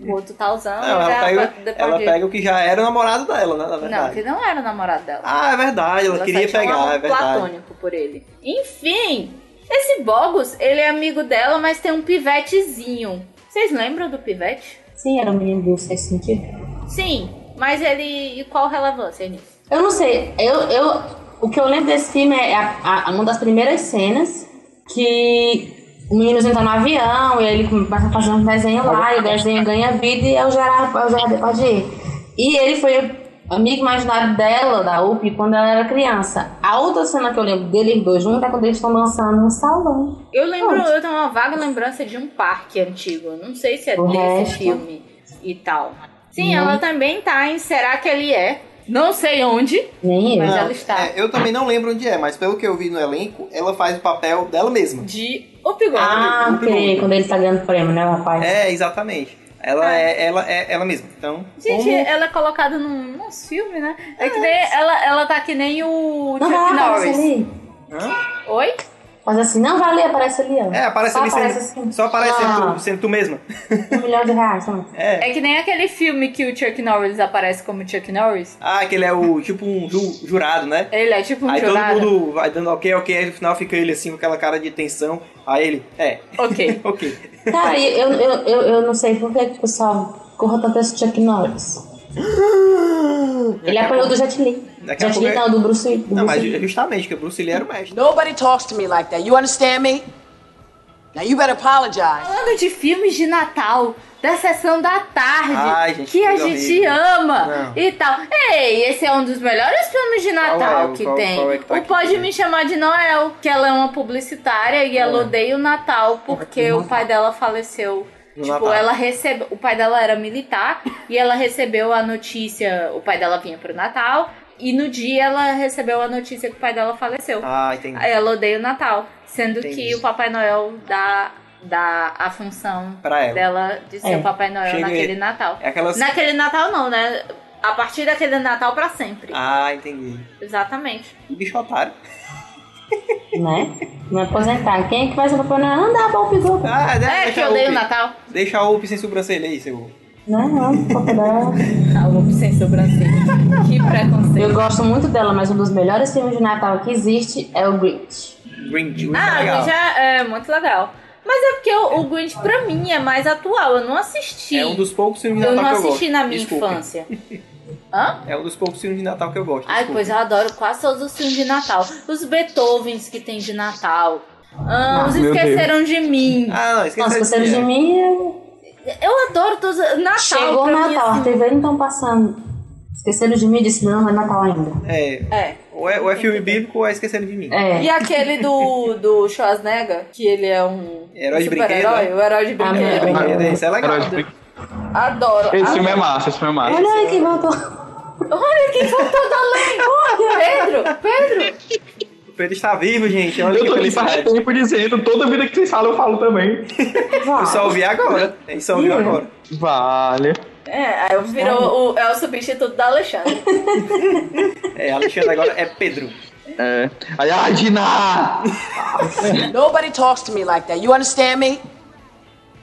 S1: O outro talzão.
S2: Não,
S1: e o
S2: ela,
S1: Gerard
S2: pega, ela
S1: Depardieu.
S2: pega o que já era o namorado dela, né? Na
S1: Não,
S2: verdade.
S1: que não era o namorado dela.
S2: Ah, é verdade, ela, queria
S1: só tinha um
S2: pegar,
S1: amor
S2: é verdade.
S1: platônico por ele. Enfim, esse Bogus, ele é amigo dela, mas tem um pivetezinho. Vocês lembram do pivete?
S4: Sim, era o menino do sexto sentido.
S1: Sim, mas ele. E qual relevância nisso?
S4: Eu não sei, eu, eu, o que eu lembro desse filme é a- a- uma das primeiras cenas que o menino entra no avião e ele começa a fazer um desenho lá, e o desenho ganha vida e é o Gerard, é o Gerard Depardieu. E ele foi amigo imaginário dela, da UP, quando ela era criança. A outra cena que eu lembro deles dois juntos é quando eles estão dançando no salão.
S1: Eu lembro, eu tenho uma vaga lembrança de um parque antigo. Eu Não sei se é
S4: O
S1: desse
S4: resto?
S1: filme e tal. Sim, ela também tá em Será que ele é? Não sei onde,
S4: Nem eu.
S1: mas
S2: Não,
S1: ela está
S2: é, eu também não lembro onde é, mas pelo que eu vi no elenco, ela faz o papel dela mesma.
S1: de O Pigoda.
S4: Ah, ok. Quando ele tá ganhando prêmio, né, rapaz?
S2: É, exatamente. Ela é ela é ela mesma. Então,
S1: Ah. Gente,
S2: como-
S1: ela é colocada num, num filme, né? É que nem, ela, ela tá que nem o
S4: Não
S1: Chuck
S4: vai lá, aparece
S1: Norris.
S4: ali.
S2: Hã?
S1: Oi?
S4: Faz assim, não vai ali, aparece ali, ó.
S2: É, aparece
S4: Só
S2: ali sendo,
S4: aparece assim.
S2: só aparece sendo,
S4: Ah.
S2: tu, sendo tu mesma.
S4: Um milhão de reais, né?
S2: É.
S1: É que nem aquele filme que o Chuck Norris aparece como Chuck Norris.
S2: Ah, que ele é o tipo um ju- jurado, né?
S1: Ele é tipo um
S2: aí
S1: jurado.
S2: todo mundo vai dando ok, ok, aí no final fica ele assim com aquela cara de tensão. Aí ele, é,
S1: Ok.
S2: ok.
S4: Cara, e eu, eu, eu, eu não sei por que que o pessoal corra tanto esse Chuck Norris. Ele apanhou do Jet Li.
S2: Daqui a
S4: Jet
S2: pouco
S4: Li
S2: é-
S4: não, do Bruce Lee. Do
S2: Não,
S4: Bruce
S2: mas
S1: Uhum.
S4: Lee.
S2: ju- justamente, que o Bruce Lee era o mestre. né,
S6: Nobody talks to me like that. You understand me? Now you better apologize.
S1: Falando de filmes de Natal, da sessão da tarde,
S2: Ai, gente,
S1: que a
S2: coisa
S1: gente
S2: horrível.
S1: ama
S2: Não.
S1: e tal. Ei, esse é um dos melhores filmes de Natal
S2: é?
S1: que
S2: Qual-
S1: tem.
S2: qual é que tá
S1: o
S2: aqui?
S1: Pode Me Chamar de Noel, que ela é uma publicitária e
S2: É.
S1: ela odeia o Natal porque o pai dela faleceu.
S2: No
S1: tipo,
S2: Natal.
S1: ela recebeu. O pai dela era militar e ela recebeu a notícia. O pai dela vinha pro Natal e no dia ela recebeu a notícia que o pai dela faleceu.
S2: Ah, entendi.
S1: Ela odeia o Natal, sendo
S2: Entendi.
S1: que o Papai Noel dá, dá a função
S2: Pra ela.
S1: dela de ser
S4: É.
S1: o Papai Noel
S2: Chega
S1: naquele
S2: aí.
S1: Natal.
S2: É aquelas.
S1: Naquele Natal não, né? A partir daquele Natal pra sempre.
S2: Ah, entendi.
S1: Exatamente.
S2: Que Bicho é otário.
S4: Né? Não aposentar. Quem é que vai ser papai Noel? Andar, bom, pegou.
S2: Ah, né,
S1: É,
S2: deixa
S1: que
S2: a
S1: eu odeio o
S2: Up.
S1: Natal.
S2: Deixa a UP sem sobrancelha aí, seu.
S4: Não, não, papai Noel.
S1: Ah, o Lupe sem sobrancelha. que preconceito.
S4: Eu gosto muito dela, mas um dos melhores filmes de Natal que existe é o Grinch.
S2: Green Jew.
S1: Ah,
S2: tá
S1: o
S2: legal.
S1: Grinch é, é muito legal. Mas é porque o, o Grinch pra mim é mais atual. Eu não assisti.
S2: É um dos poucos filmes de
S1: eu não
S2: Natal que eu gosto.
S1: assisti na minha
S2: Desculpa.
S1: infância. Hã?
S2: É um dos poucos filmes de Natal que eu gosto.
S1: Ai,
S2: desculpa.
S1: pois eu adoro quase todos os filmes de Natal. Os Beethovens que tem de Natal. Ah,
S4: Ah,
S1: os
S3: meu
S1: Esqueceram de Mim.
S2: Ah, não, esqueci
S4: Nossa,
S2: desse
S1: é
S4: você de
S2: filme.
S4: mim. eu-
S1: Eu adoro todos. Natal.
S4: Chegou
S1: pra mim,
S4: Natal,
S1: assim,
S4: as TV não estão passando. Esqueceram de mim e disse: não, não é Natal ainda.
S2: É,
S1: É.
S2: ou é, ou é filme bíblico ou é Esquecendo de Mim.
S4: É.
S1: E aquele do, do Schwarzenegger, que ele é um
S2: Herói de
S1: super-herói,
S2: brinquedo, né?
S1: o herói de
S4: Ah,
S1: brinquedo.
S4: meu Deus.
S2: Isso é legal.
S3: Herói de brinquedo.
S1: Adoro.
S3: Esse
S1: adoro.
S3: filme é massa, esse filme é massa.
S4: Olha aí quem voltou.
S1: Olha quem voltou da lei. Pedro, Pedro.
S2: O Pedro está vivo, gente. Olha
S3: Eu
S2: que
S3: tô aqui faz
S2: felicidade.
S3: tempo dizendo, toda vida que vocês falam, eu falo também.
S2: Eu só ouvi agora. Ele só
S1: Uhum.
S2: ouviu
S4: Ih.
S2: agora.
S3: Vale.
S1: É, aí virou o, é o substituto da Alexandre.
S2: É, Alexandre agora é Pedro.
S3: É. Aí, ai, Dina!
S6: Nobody talks to me like that. You understand me?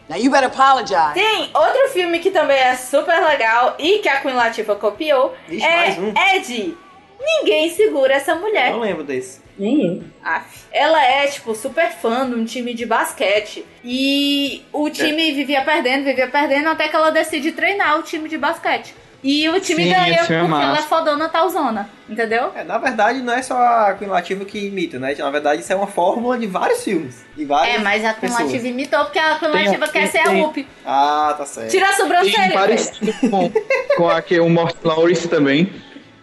S6: Now you better apologize.
S1: Tem outro filme que também é super legal e que a Queen Latifah copiou.
S2: Ixi, mais um.
S1: é Ed. Ninguém segura essa mulher.
S2: Não lembro desse.
S4: Nem eu.
S1: Aff. Ela é, tipo, super fã de um time de basquete. E
S3: É.
S1: o time vivia perdendo, vivia perdendo, até que ela decide treinar o time de basquete. E o time
S3: Sim,
S1: ganha,
S3: esse
S1: porque
S3: filme é massa.
S1: ela é fodona talzona, entendeu?
S2: É, na verdade, não é só a Queen Latifah que imita, né? Na verdade, isso é uma fórmula de vários filmes. E várias...
S1: É, mas a
S2: pessoas.
S1: cumulativa imitou, porque a cumulativa
S3: Tem-
S1: quer
S3: tem-
S1: ser a
S3: tem-
S1: UP.
S2: Ah, tá certo.
S1: Tira a
S3: Tem
S1: sobrancelha, velho.
S3: parecido com, com aquele, o Martin Lawrence também.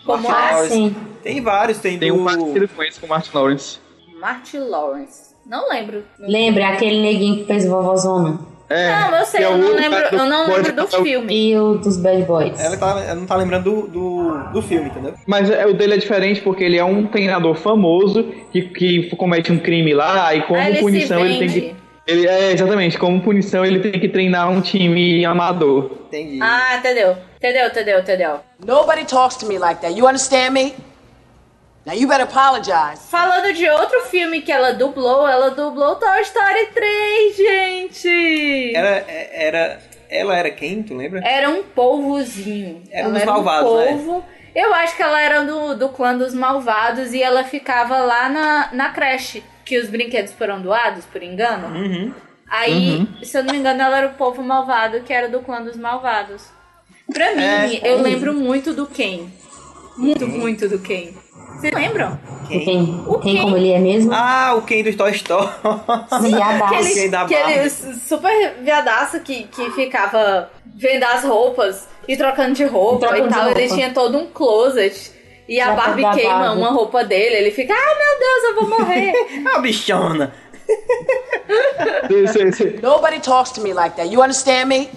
S1: Como é?
S2: Martin
S1: a
S4: Ah,
S2: Lawrence.
S4: sim.
S2: Tem vários, tem,
S3: Tem
S2: do...
S1: Uh.
S3: um parecido com esse com o Martin Lawrence.
S1: Marty Lawrence. Não lembro.
S4: Lembra aquele neguinho que fez vovozona?
S3: É,
S1: Não, eu sei,
S3: que é
S1: eu
S3: o
S1: não
S3: outro
S1: lembro,
S3: cara
S1: eu não
S3: pode
S1: lembro do
S3: matar o-
S1: filme.
S4: E o dos Bad Boys.
S2: Ela, tá, ela não tá lembrando do, do, do filme, entendeu?
S3: Mas é, o dele é diferente porque ele é um treinador famoso que, que comete um crime lá e como
S1: Aí Ah, ele se
S3: punição ele tem
S1: vende.
S3: que. Ele, é, exatamente, como punição ele tem que treinar um time amador.
S2: Entendi.
S1: Ah, entendeu. Entendeu, entendeu, entendeu.
S6: Nobody talks to me like that. You understand me? Now you better apologize.
S1: Falando de outro filme que ela dublou, ela dublou Toy Story 3, gente!
S2: Era, é- era, ela era quem, tu lembra?
S1: Era um polvozinho.
S2: Era
S1: Ela
S2: um dos malvados, né?
S1: polvo. Eu acho que ela era do, do clã dos malvados e ela ficava lá na, na creche, que os brinquedos foram doados, por engano.
S2: Uhum.
S1: Aí, se eu não me engano, ela era o povo malvado, que era do clã dos malvados. Pra
S2: É,
S1: mim, eu lembro muito do Ken. Muito,
S2: Uhum.
S1: muito do Ken. Vocês lembram?
S4: E Quem,
S1: O
S4: quem
S1: quem?
S4: como ele é mesmo?
S2: Ah, o Ken do Toy Story.
S4: Viadaço.
S2: Ken da
S1: que
S2: Barbie.
S1: ele super viadaço que, que ficava vendo as roupas e trocando de roupa
S4: Trocando
S1: e tal.
S4: de
S1: Ele
S4: roupa.
S1: tinha todo um closet. E a
S4: Já
S1: Barbie
S4: tá
S1: queima
S4: babado.
S1: uma roupa dele. Ele fica, ai meu Deus, eu vou morrer.
S2: Ah, bichona.
S3: Cê- cê- cê-
S6: Nobody talks to me like that. You understand me?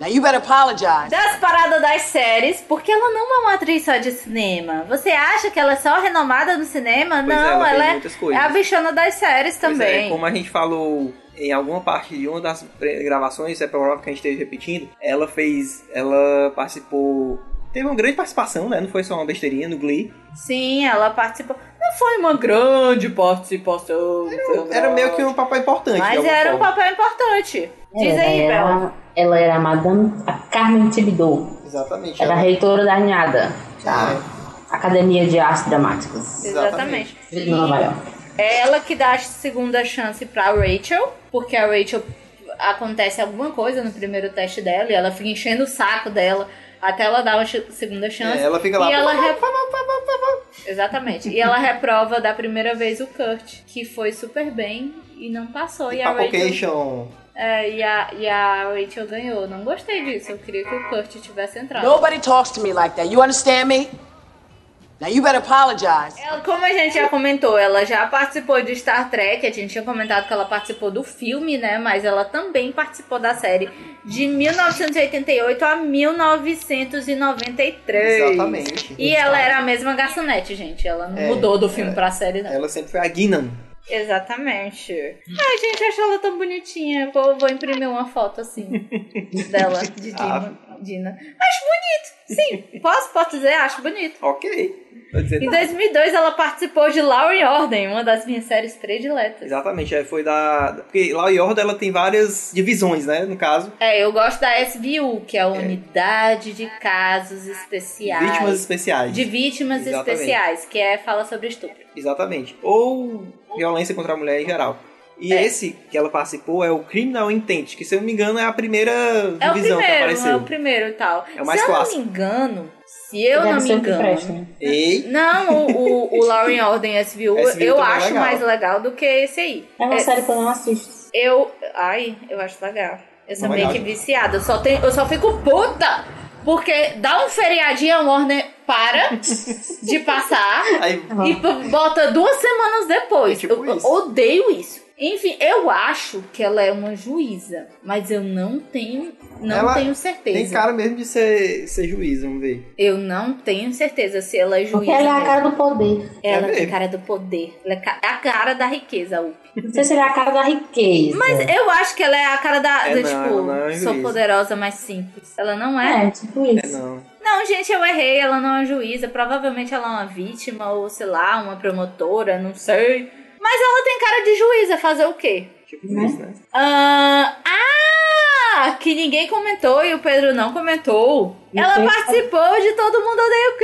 S6: Now you better apologize.
S1: Das paradas das séries, porque ela não é uma atriz só de cinema. Você acha que ela é só renomada no cinema?
S2: Pois é,
S1: não,
S2: ela fez
S1: ela,
S2: muitas
S1: é,
S2: coisas.
S1: a bichona das séries
S2: Pois é,
S1: também.
S2: como a gente falou em alguma parte de uma das pre- gravações, é provável que a gente esteja repetindo, ela fez. Ela participou. Teve uma grande participação, né? Não foi só uma besteirinha no Glee.
S1: Sim, ela participou. Não foi uma grande participação. foi uma
S2: Era meio
S1: grande-
S2: que um papel importante. de
S1: Mas
S2: alguma
S1: era um
S2: forma.
S1: papel importante. Diz
S4: ela,
S1: aí, Bela.
S4: era, ela era a Madame a Carmen Tibidou.
S2: Exatamente. um
S4: Era a
S2: ela-
S4: reitora da Anhada,
S2: Tá.
S4: da Academia de Artes Dramáticas
S1: Exatamente.
S4: de Nova York.
S1: É ela que dá a segunda chance pra Rachel, porque a Rachel acontece alguma coisa no primeiro teste dela e ela fica enchendo o saco dela até ela dar uma ch- segunda chance.
S2: É, ela fica lá.
S1: E ela re- Exatamente. E ela reprova da primeira vez o Kurt, que foi super bem e não passou. E a, Rachel,
S2: Papocation.
S1: é, e, a, e a Rachel ganhou. Não gostei disso. Eu queria que o Kurt tivesse entrado.
S6: Nobody talks to me like that. You understand me? Now you better apologize.
S1: Ela- como a gente já comentou, ela já participou de Star Trek, a gente tinha comentado que ela participou do filme, né? Mas ela também participou da série de 1988 a 1993.
S2: Exatamente.
S1: E ela era a mesma garçonete, gente. Ela não
S2: É,
S1: mudou do filme pra série, não.
S2: Ela sempre foi a Guinan.
S1: Exatamente. Ai, gente, eu acho ela tão bonitinha. Vou, vou imprimir uma foto assim dela, de
S2: Ah.
S1: Dina. Dina. Acho bonito. Sim, posso, posso dizer, acho bonito.
S2: Ok. Tô dizendo-
S1: Em 2002 ela participou de Law and Order, uma das minhas séries prediletas.
S2: Exatamente, é, foi da. Porque lá em Yorda ela tem várias divisões, né? No caso,
S1: É, eu gosto da SBU, que é a Unidade de Casos Especiais.
S2: vítimas especiais.
S1: De vítimas
S2: Exatamente.
S1: especiais, que é fala sobre estupro.
S2: Exatamente. Ou violência contra a mulher em geral. E
S1: É.
S2: esse que ela participou é o Criminal Intent, que se eu não me engano é a primeira
S1: É o
S2: divisão que
S1: primeiro,
S2: apareceu.
S1: é o primeiro e tal.
S2: É o mais
S1: se eu
S2: clássico.
S1: não me engano, se eu
S4: Deve
S1: não me
S4: ser o que
S1: engano.
S4: presta, né?
S2: E
S1: Não, o, o, o Law and Order SVU,
S2: SVU
S1: eu
S2: também é
S1: acho
S2: legal.
S1: mais legal do que esse aí.
S4: É uma
S1: É,
S4: série que eu não assisto.
S1: Eu. Ai, eu acho legal. Eu sou
S2: Não é
S1: meio que
S2: legal.
S1: viciada. Eu só, tenho, eu só fico puta! Porque dá um feriadinho, a Warner para de passar
S2: aí
S1: e p- bota duas semanas depois.
S2: É tipo
S1: eu eu
S2: isso.
S1: odeio isso. Enfim, eu acho que ela é uma juíza, mas eu não tenho, não
S2: Ela
S1: tenho certeza.
S2: tem cara mesmo de ser, ser juiz, vamos ver.
S1: Eu não tenho certeza se ela é juíza.
S4: Porque ela é a
S1: mesmo.
S4: cara do poder.
S1: Ela
S2: É
S1: tem
S2: mesmo.
S1: cara do poder. Ela é ca- é a cara da riqueza, Up.
S4: Não sei se ela é a cara da riqueza.
S1: Mas eu acho que ela é a cara da.
S2: É,
S1: da,
S2: não,
S1: tipo,
S2: ela não é
S1: sou
S2: juíza.
S1: poderosa, mas simples. Ela não é.
S4: É, tipo
S2: É
S4: isso.
S2: não.
S1: Não, gente, eu errei. Ela não é juíza. Provavelmente ela é uma vítima, ou sei lá, uma promotora, não sei. Mas ela tem cara de juíza. Fazer o quê?
S2: Tipo isso, né?
S1: Ah, ah, que ninguém comentou e o Pedro não comentou. Ela
S4: Ninguém-
S1: participou de Todo Mundo Odeia o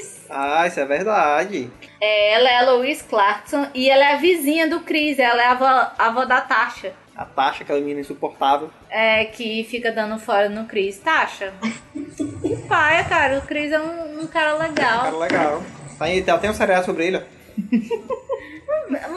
S1: Chris.
S2: Ah, isso é verdade.
S1: É, ela é a Louise Clarkson e ela é a vizinha do Chris. Ela é a avó, a avó da Tasha.
S2: A taxa, aquela menina insuportável.
S1: É, que fica dando fora no Chris. Tasha? Que paia, cara. O Chris é um, um cara
S2: Cara
S1: legal.
S2: legal. Tá aí, tem até um seriado sobre ele, ó.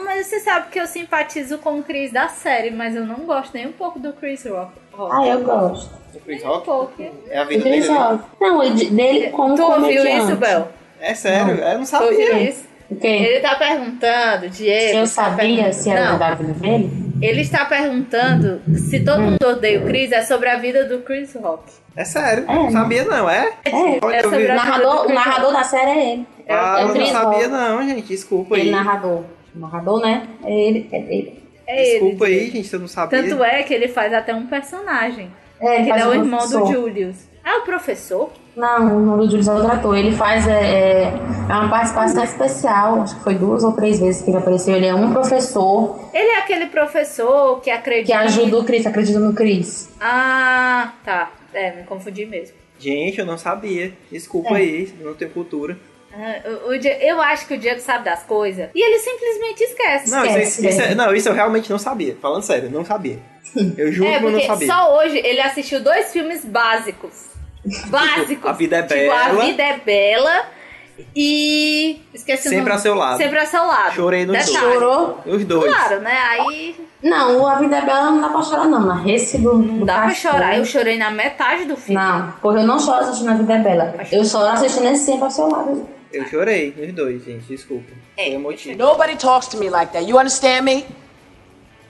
S1: Mas você sabe que eu simpatizo com o Chris da série, mas eu não gosto nem um pouco do Chris Rock. Rock.
S4: Ah, eu gosto.
S2: O Chris
S1: Nem um
S2: Rock.
S1: pouco.
S2: É a vida dele.
S4: Idris
S2: né?
S4: Elba. Não, e de- dele como
S1: Tu ouviu
S4: comediante.
S1: isso, Bel?
S2: É sério, eu não
S1: Tu ouviu
S2: sabia.
S1: isso?
S4: O quê?
S1: Ele tá perguntando, Diego.
S4: Se eu
S1: tá
S4: sabia
S1: perguntando-
S4: se era
S1: Não,
S4: verdade dele?
S1: ele está perguntando se todo
S4: Hum.
S1: mundo odeia o Chris é sobre a vida do Chris Rock.
S2: É sério,
S4: É.
S2: não sabia não, é?
S4: É.
S2: Olha,
S1: É
S2: eu vi-
S1: sobre
S4: O
S1: a-
S4: narrador, o narrador da série é ele.
S2: Ah,
S4: é o
S2: eu não
S4: Chris
S2: sabia não, gente. Desculpa aí.
S4: Ele narrador. O narrador, né? É ele. É, ele.
S1: É
S2: Desculpa
S1: ele.
S2: aí, gente, se eu não sabia.
S1: Tanto é que ele faz até um personagem.
S4: é, ele
S1: Ele
S4: faz
S1: é o irmão do
S4: professor.
S1: Julius. Ah, o professor?
S4: Não, o nome do Julius é outro ator. Ele faz é, é, é uma participação especial. Acho que foi duas ou três vezes que ele apareceu. Ele é um professor
S1: Ele é aquele professor que acredita.
S4: que ajuda o Chris, acredita no Chris.
S1: Ah, tá. É, me confundi mesmo.
S2: Gente, eu não sabia. Desculpa
S1: É.
S2: aí, eu não tenho cultura.
S1: Ah, o- o Di- eu acho que o Diego sabe das coisas. E ele simplesmente esquece. né?
S2: Não,
S4: Esquece,
S2: isso, isso é-
S4: velho.
S2: não, isso eu realmente não sabia. Falando sério, não sabia. Eu juro
S1: é,
S2: que eu não
S1: porque
S2: sabia.
S1: só hoje ele assistiu dois filmes básicos. Básicos.
S2: A Vida é
S1: Tipo, A
S2: Bela.
S1: Vida é Bela e. Esqueci o
S2: Sempre
S1: nome.
S2: ao seu lado.
S1: Sempre ao seu lado.
S2: Chorei nos
S1: Detalhe.
S2: dois.
S4: Chorou?
S2: Os dois.
S1: Claro, né? Aí
S4: Não, o A Vida é Bela não dá pra chorar, não. Na Rece do.
S1: não dá pra chorar. Eu chorei na metade do filme.
S4: Não, porque eu não choro assistindo A Vida é Bela. Eu choro assistindo esse sempre ao seu lado.
S2: Eu chorei nos dois, gente. Desculpa.
S1: É.
S2: Foi emotivo.
S6: Nobody talks to me like that. You understand me?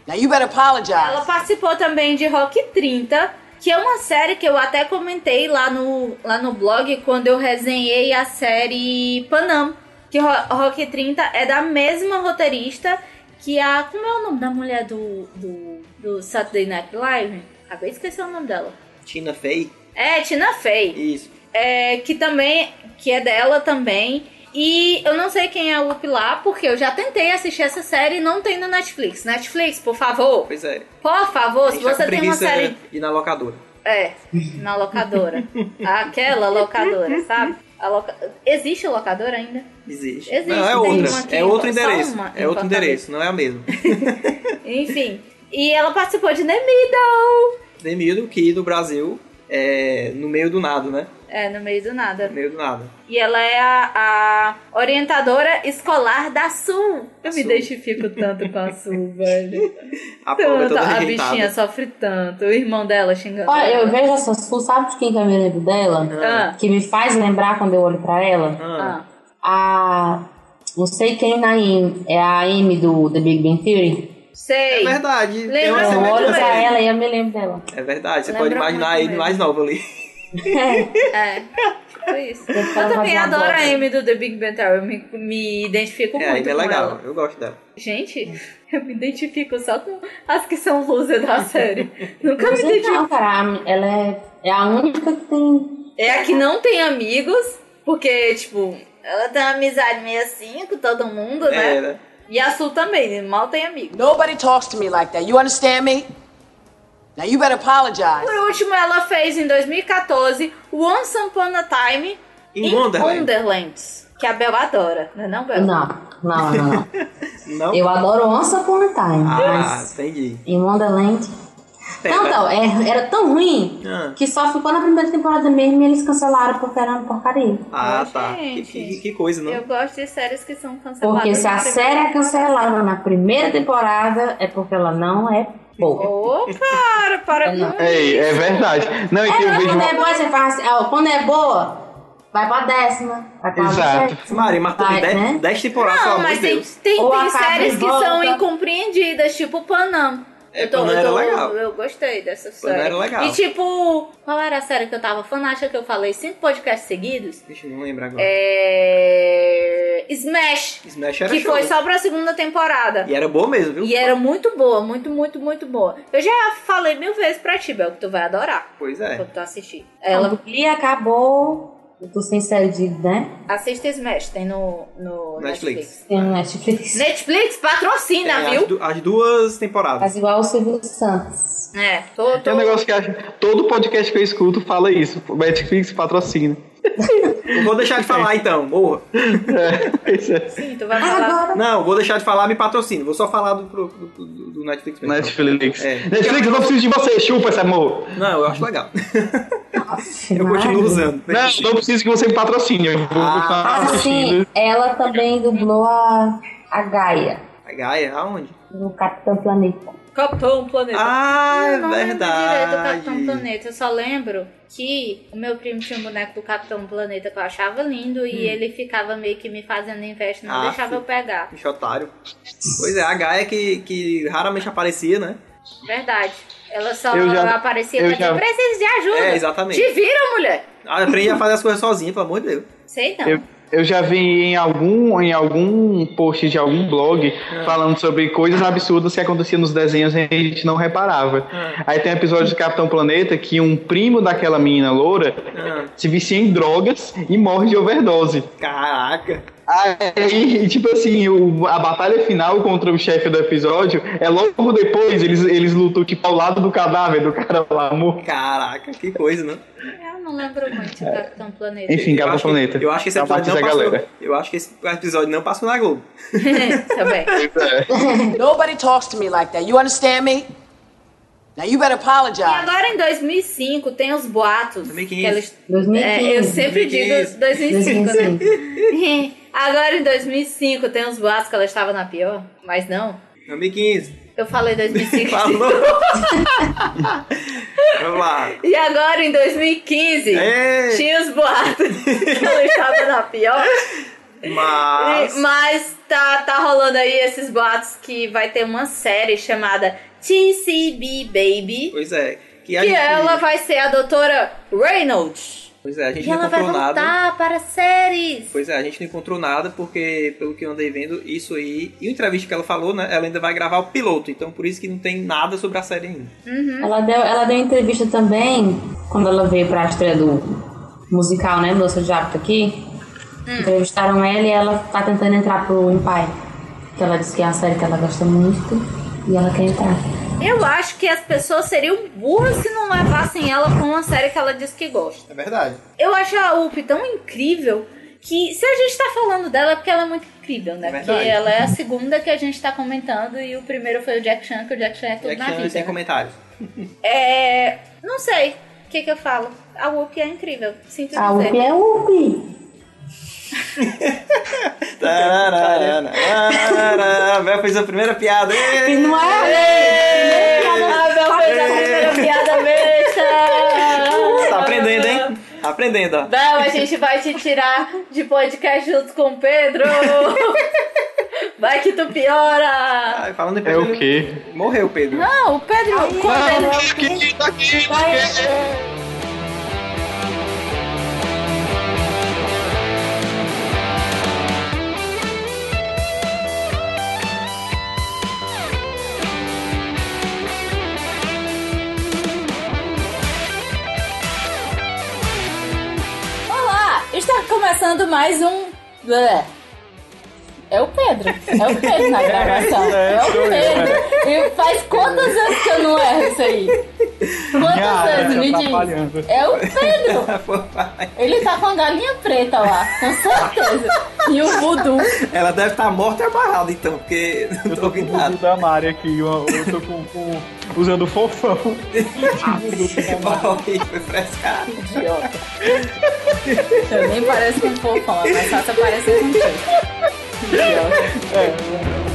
S6: Now you better apologize.
S1: Ela participou também de Rock 30 que é uma série que eu até comentei lá no, lá no blog quando eu resenhei a série Panam. Que Ro- Rock 30 é da mesma roteirista que a. Como é o nome da mulher do, do, do Saturday Night Live? Acabei de esquecer o nome dela.
S2: Tina Fey?
S1: É, Tina Fey
S2: Isso.
S1: é, que também que é dela também. E eu não sei quem é o Up lá, porque eu já tentei assistir essa série e não tem no Netflix. Netflix, por favor.
S2: Pois é.
S1: Por favor, se
S2: A gente tá com
S1: você tem uma
S2: preguiça
S1: série
S2: de ir na locadora.
S1: é, na locadora. Aquela locadora, sabe? A loca... Existe locadora ainda?
S2: Existe.
S1: Existe,
S2: não, é
S1: tem
S2: outra.
S1: uma aqui,
S2: É outro
S1: só
S2: endereço.
S1: uma em
S2: É outro
S1: Fortaleza.
S2: endereço, não é a mesma.
S1: Enfim. E ela participou de Nemido!
S2: Demildo, que do Brasil é no meio do nada, né?
S1: É, no meio do nada.
S2: No meio do nada.
S1: E ela é a, a orientadora escolar da Sul. Eu me
S2: Sul.
S1: identifico tanto com a Sul, velho.
S2: A Paula é
S1: Tanto,
S2: toda
S1: tá, a
S2: arrebentada.
S1: bichinha sofre tanto. O irmão dela xingando.
S4: Olha, eu
S1: ela.
S4: vejo essa Sul, sabe de quem que eu me lembro dela?
S1: Ah,
S4: Que me faz lembrar quando eu olho pra ela?
S1: ah.
S2: Ah,
S4: A. Não sei quem na Im, é a Amy do The Big Bang Theory.
S2: É
S1: Sei.
S2: verdade. tem
S1: Lembra
S2: uma
S1: muito
S4: Eu
S1: muito
S4: olho
S2: semelhança.
S4: pra
S1: bem.
S4: ela e eu me lembro dela.
S2: É verdade, você
S1: Lembra
S2: pode imaginar
S1: muito
S2: ele
S1: mesmo.
S2: mais novo ali.
S1: É. Foi isso.
S4: Eu
S1: Eu
S4: tava
S1: também
S4: vazando
S1: adoro a
S4: agora.
S1: Amy do The Big Bang Theory. Eu me, me identifico
S2: É,
S1: muito
S2: ainda é
S1: com
S2: legal.
S1: ela.
S2: Eu gosto dela.
S1: Gente, eu me identifico só com as que são loser da série. Nunca me
S4: Mas
S1: identifico.
S4: Não, cara, a- ela é, é a única que tem.
S1: É a que não tem amigos, porque, tipo, ela tem uma amizade meio assim com todo mundo, né?
S2: É, né?
S1: E a Sul também, mal tem amigos.
S6: Nobody talks to me like that. You understand me? Now you better apologize.
S1: Por último, ela fez em 2014 Once Upon a Time
S2: Em Wonderland.
S1: Wonderlands, que a Bel adora, não é não, Bel?
S4: Não, não, não. não.
S2: Não?
S4: Eu adoro Once Upon a Time,
S2: Ah,
S4: mas
S2: entendi.
S4: em Wonderland.
S2: Pera.
S4: Não, não, é- era tão ruim
S2: Ah.
S4: que só ficou na primeira temporada mesmo e eles cancelaram porque era uma porcaria.
S2: Ah,
S1: Gente.
S2: tá. Que, que- que coisa, não?
S1: Eu gosto de séries que são canceladas.
S4: Porque se
S1: na
S4: a
S1: primeira
S4: série é
S1: temporada.
S4: cancelada na primeira temporada, é porque ela não é boa.
S1: Ô, cara, para
S4: Não.
S1: com
S3: É, é verdade. Não, é
S4: É,
S3: que eu
S4: mas
S3: vejo
S4: quando
S3: uma...
S4: é boa, você faz assim, ó, quando é boa, vai pra décima, vai pra
S3: Exato.
S4: décima.
S2: Mari, mas
S4: Vai,
S2: tem 10
S4: né?
S2: temporadas, pelo
S1: Não,
S2: amor
S1: mas
S2: de
S1: tem,
S2: Deus.
S1: tem,
S4: Ou
S1: tem
S4: acaba
S1: séries
S4: e
S1: que
S4: volta.
S1: são incompreendidas, tipo Panam.
S2: É,
S1: eu, tô,
S2: Panam
S1: eu,
S2: era
S1: tô-
S2: legal.
S1: eu gostei dessa
S2: Panam
S1: série.
S2: era legal.
S1: então, é. E tipo, qual era a série que eu tava fanática que eu falei cinco podcasts seguidos?
S2: Deixa eu não lembrar agora.
S1: É... Smash,
S2: Smash era
S1: que
S2: show.
S1: foi só pra segunda temporada.
S2: E era boa mesmo, viu?
S1: E era muito boa, muito, muito, muito boa. Eu já falei mil vezes pra ti, Bel, que tu vai adorar
S2: Pois é.
S1: quando tu assistir.
S4: Ela
S1: Ela
S4: Glee acabou, eu tô sem série de, né?
S1: assiste Smash, tem no, no
S2: Netflix.
S1: Netflix.
S4: Tem no Netflix.
S1: Netflix
S2: Tem
S1: patrocina,
S2: É, as,
S1: viu?
S2: du- as duas temporadas.
S4: Faz igual o Silvio Santos.
S1: É, tô,
S3: É
S1: tô...
S3: um negócio que acho- todo podcast que eu escuto fala isso. Netflix patrocina.
S2: Eu vou deixar de falar então, morra.
S3: É, pois é.
S1: Sim, tu vai falar.
S4: Agora
S2: Não, vou deixar de falar, me patrocina. Vou só falar do, pro- do, do- do Netflix mesmo.
S3: Netflix.
S2: É.
S3: Netflix, eu não preciso de você. Chupa esse amor.
S2: Não, eu acho legal.
S4: Aff,
S2: Eu
S4: Mari.
S2: continuo usando.
S3: Não, não preciso que você me patrocine. Eu vou
S2: Ah,
S3: continuar
S4: né? Mas assim,
S3: assistindo.
S4: ela também dublou a, a Gaia
S2: A Gaia, aonde?
S4: no Capitão Planeta.
S1: Capitão Planeta.
S2: Ah,
S1: eu
S2: é
S1: não lembro direito do Capitão
S2: verdade.
S1: Planeta. Eu só lembro que o meu primo tinha um boneco do Capitão Planeta que eu achava lindo e ele ficava meio que me fazendo inveja, não
S2: Hum. Ah,
S1: deixava eu pegar.
S2: Bicho otário. Pois é, a Gaia que, que raramente aparecia, né?
S1: Verdade. Ela só
S3: Eu já-
S1: aparecia
S3: eu
S1: pra dizer,
S3: já-
S1: preciso de ajuda.
S2: É, exatamente.
S1: Te viram, mulher?
S2: Aprende a fazer as coisas sozinha, pelo amor de Deus.
S1: Sei não.
S3: Eu, eu já vi em algum, em algum post de algum blog
S2: É.
S3: falando sobre coisas absurdas que aconteciam nos desenhos e a gente não reparava.
S2: Ah,
S3: Aí tem um episódio do Capitão Planeta que um primo daquela menina loura
S2: ah,
S3: se vicia em drogas e morre de overdose.
S2: caraca.
S3: Aí, tipo assim, o- a batalha final contra o chefe do episódio é logo depois, eles, eles lutam tipo ao lado do cadáver do cara lá, amor.
S2: Caraca, que coisa, né?
S1: Eu não lembro muito
S2: É.
S1: do Capitão Planeta.
S3: Enfim,
S2: Eu
S3: Capitão
S2: acho que-
S3: Planeta.
S2: Eu acho que esse episódio
S3: Traumatiza
S2: não
S3: a
S2: passou.
S3: galera.
S2: Eu acho que esse episódio não passou na Globo. Tá.
S1: Também.
S2: É.
S6: Nobody talks to me like that. You understand me? Now you better
S1: E
S6: apologize.
S1: agora em 2005 tem os boatos.
S2: 2015.
S1: que eles-
S4: 2015.
S1: É, eu sempre
S2: 2015.
S1: digo 2005,
S4: 2005.
S1: né? Agora em 2005 tem uns boatos que ela estava na pior, mas não.
S2: 2015.
S1: Eu falei 2005.
S2: Falou. Vamos lá.
S1: E agora em 2015
S2: É.
S1: tinha os boatos que ela estava na pior.
S2: Mas.
S1: E- Mas tá, tá rolando aí esses boatos que vai ter uma série chamada TCB Baby.
S2: Pois é. Que, a
S1: Que
S2: gente-
S1: ela vai ser a doutora Reynolds.
S2: Pois é, a gente
S1: E
S2: não
S1: ela vai
S2: encontrou
S1: voltar
S2: nada.
S1: para séries.
S2: Pois é, a gente não encontrou nada, porque pelo que eu andei vendo, isso aí. E a entrevista que ela falou, né? Ela ainda vai gravar o piloto, então por isso que não tem nada sobre a série ainda.
S4: Ela deu, ela deu entrevista também quando ela veio pra estreia do musical, né? Doce de Hábito aqui. Entrevistaram ela e ela tá tentando entrar pro Empire. Que ela disse que é uma série que ela gosta muito e ela quer entrar.
S1: Eu acho que as pessoas seriam burras se não levassem ela pra uma série que ela diz que gosta.
S9: É verdade.
S1: Eu acho a UP tão incrível que se a gente tá falando dela é porque ela é muito incrível, né?
S2: É
S1: porque
S2: verdade.
S1: ela é a segunda que a gente tá comentando e o primeiro foi o Jack Chan, que o Jack Chan é tudo
S2: É que
S1: na
S2: chama
S1: vida.
S2: sem
S1: né?
S2: comentários.
S1: É. Não sei o que, que eu falo. A UP é incrível, sinto
S4: A
S1: dizer.
S4: UP é UP.
S2: A Bel fez a primeira piada.
S4: E não é?
S1: Ah, Bel fez a primeira piada besta!
S2: Tá aprendendo, hein? Tá aprendendo, ó.
S1: Bel, a gente vai te tirar de podcast junto com o Pedro! Vai que tu piora!
S2: Ah, falando em
S3: É
S2: Pedro,
S3: o quê?
S2: ele morreu, Pedro.
S1: Não, o Pedro, quando ele- Olá! Está começando mais um. Blé. É o Pedro. É o Pedro na gravação. É o
S3: né?
S1: Pedro. E faz quantas vezes que eu não erro isso aí? Quantas
S3: Cara,
S1: vezes?
S3: tá
S1: Me diz.
S3: atrapalhando.
S1: É o Pedro. Ele tá com a galinha preta lá, com certeza. E o voodoo.
S2: Ela deve estar morta e amarrada, então, porque não
S3: Eu
S2: tô
S3: tô com o
S2: ouvindo
S3: buzu
S2: nada.
S3: da Mari aqui, eu, eu tô com, com- usando fofão.
S2: Oi, Foi frescar.
S1: Idiota. Eu nem pareço com um fofão, é mais fácil aparecer com um Idiota.
S3: É,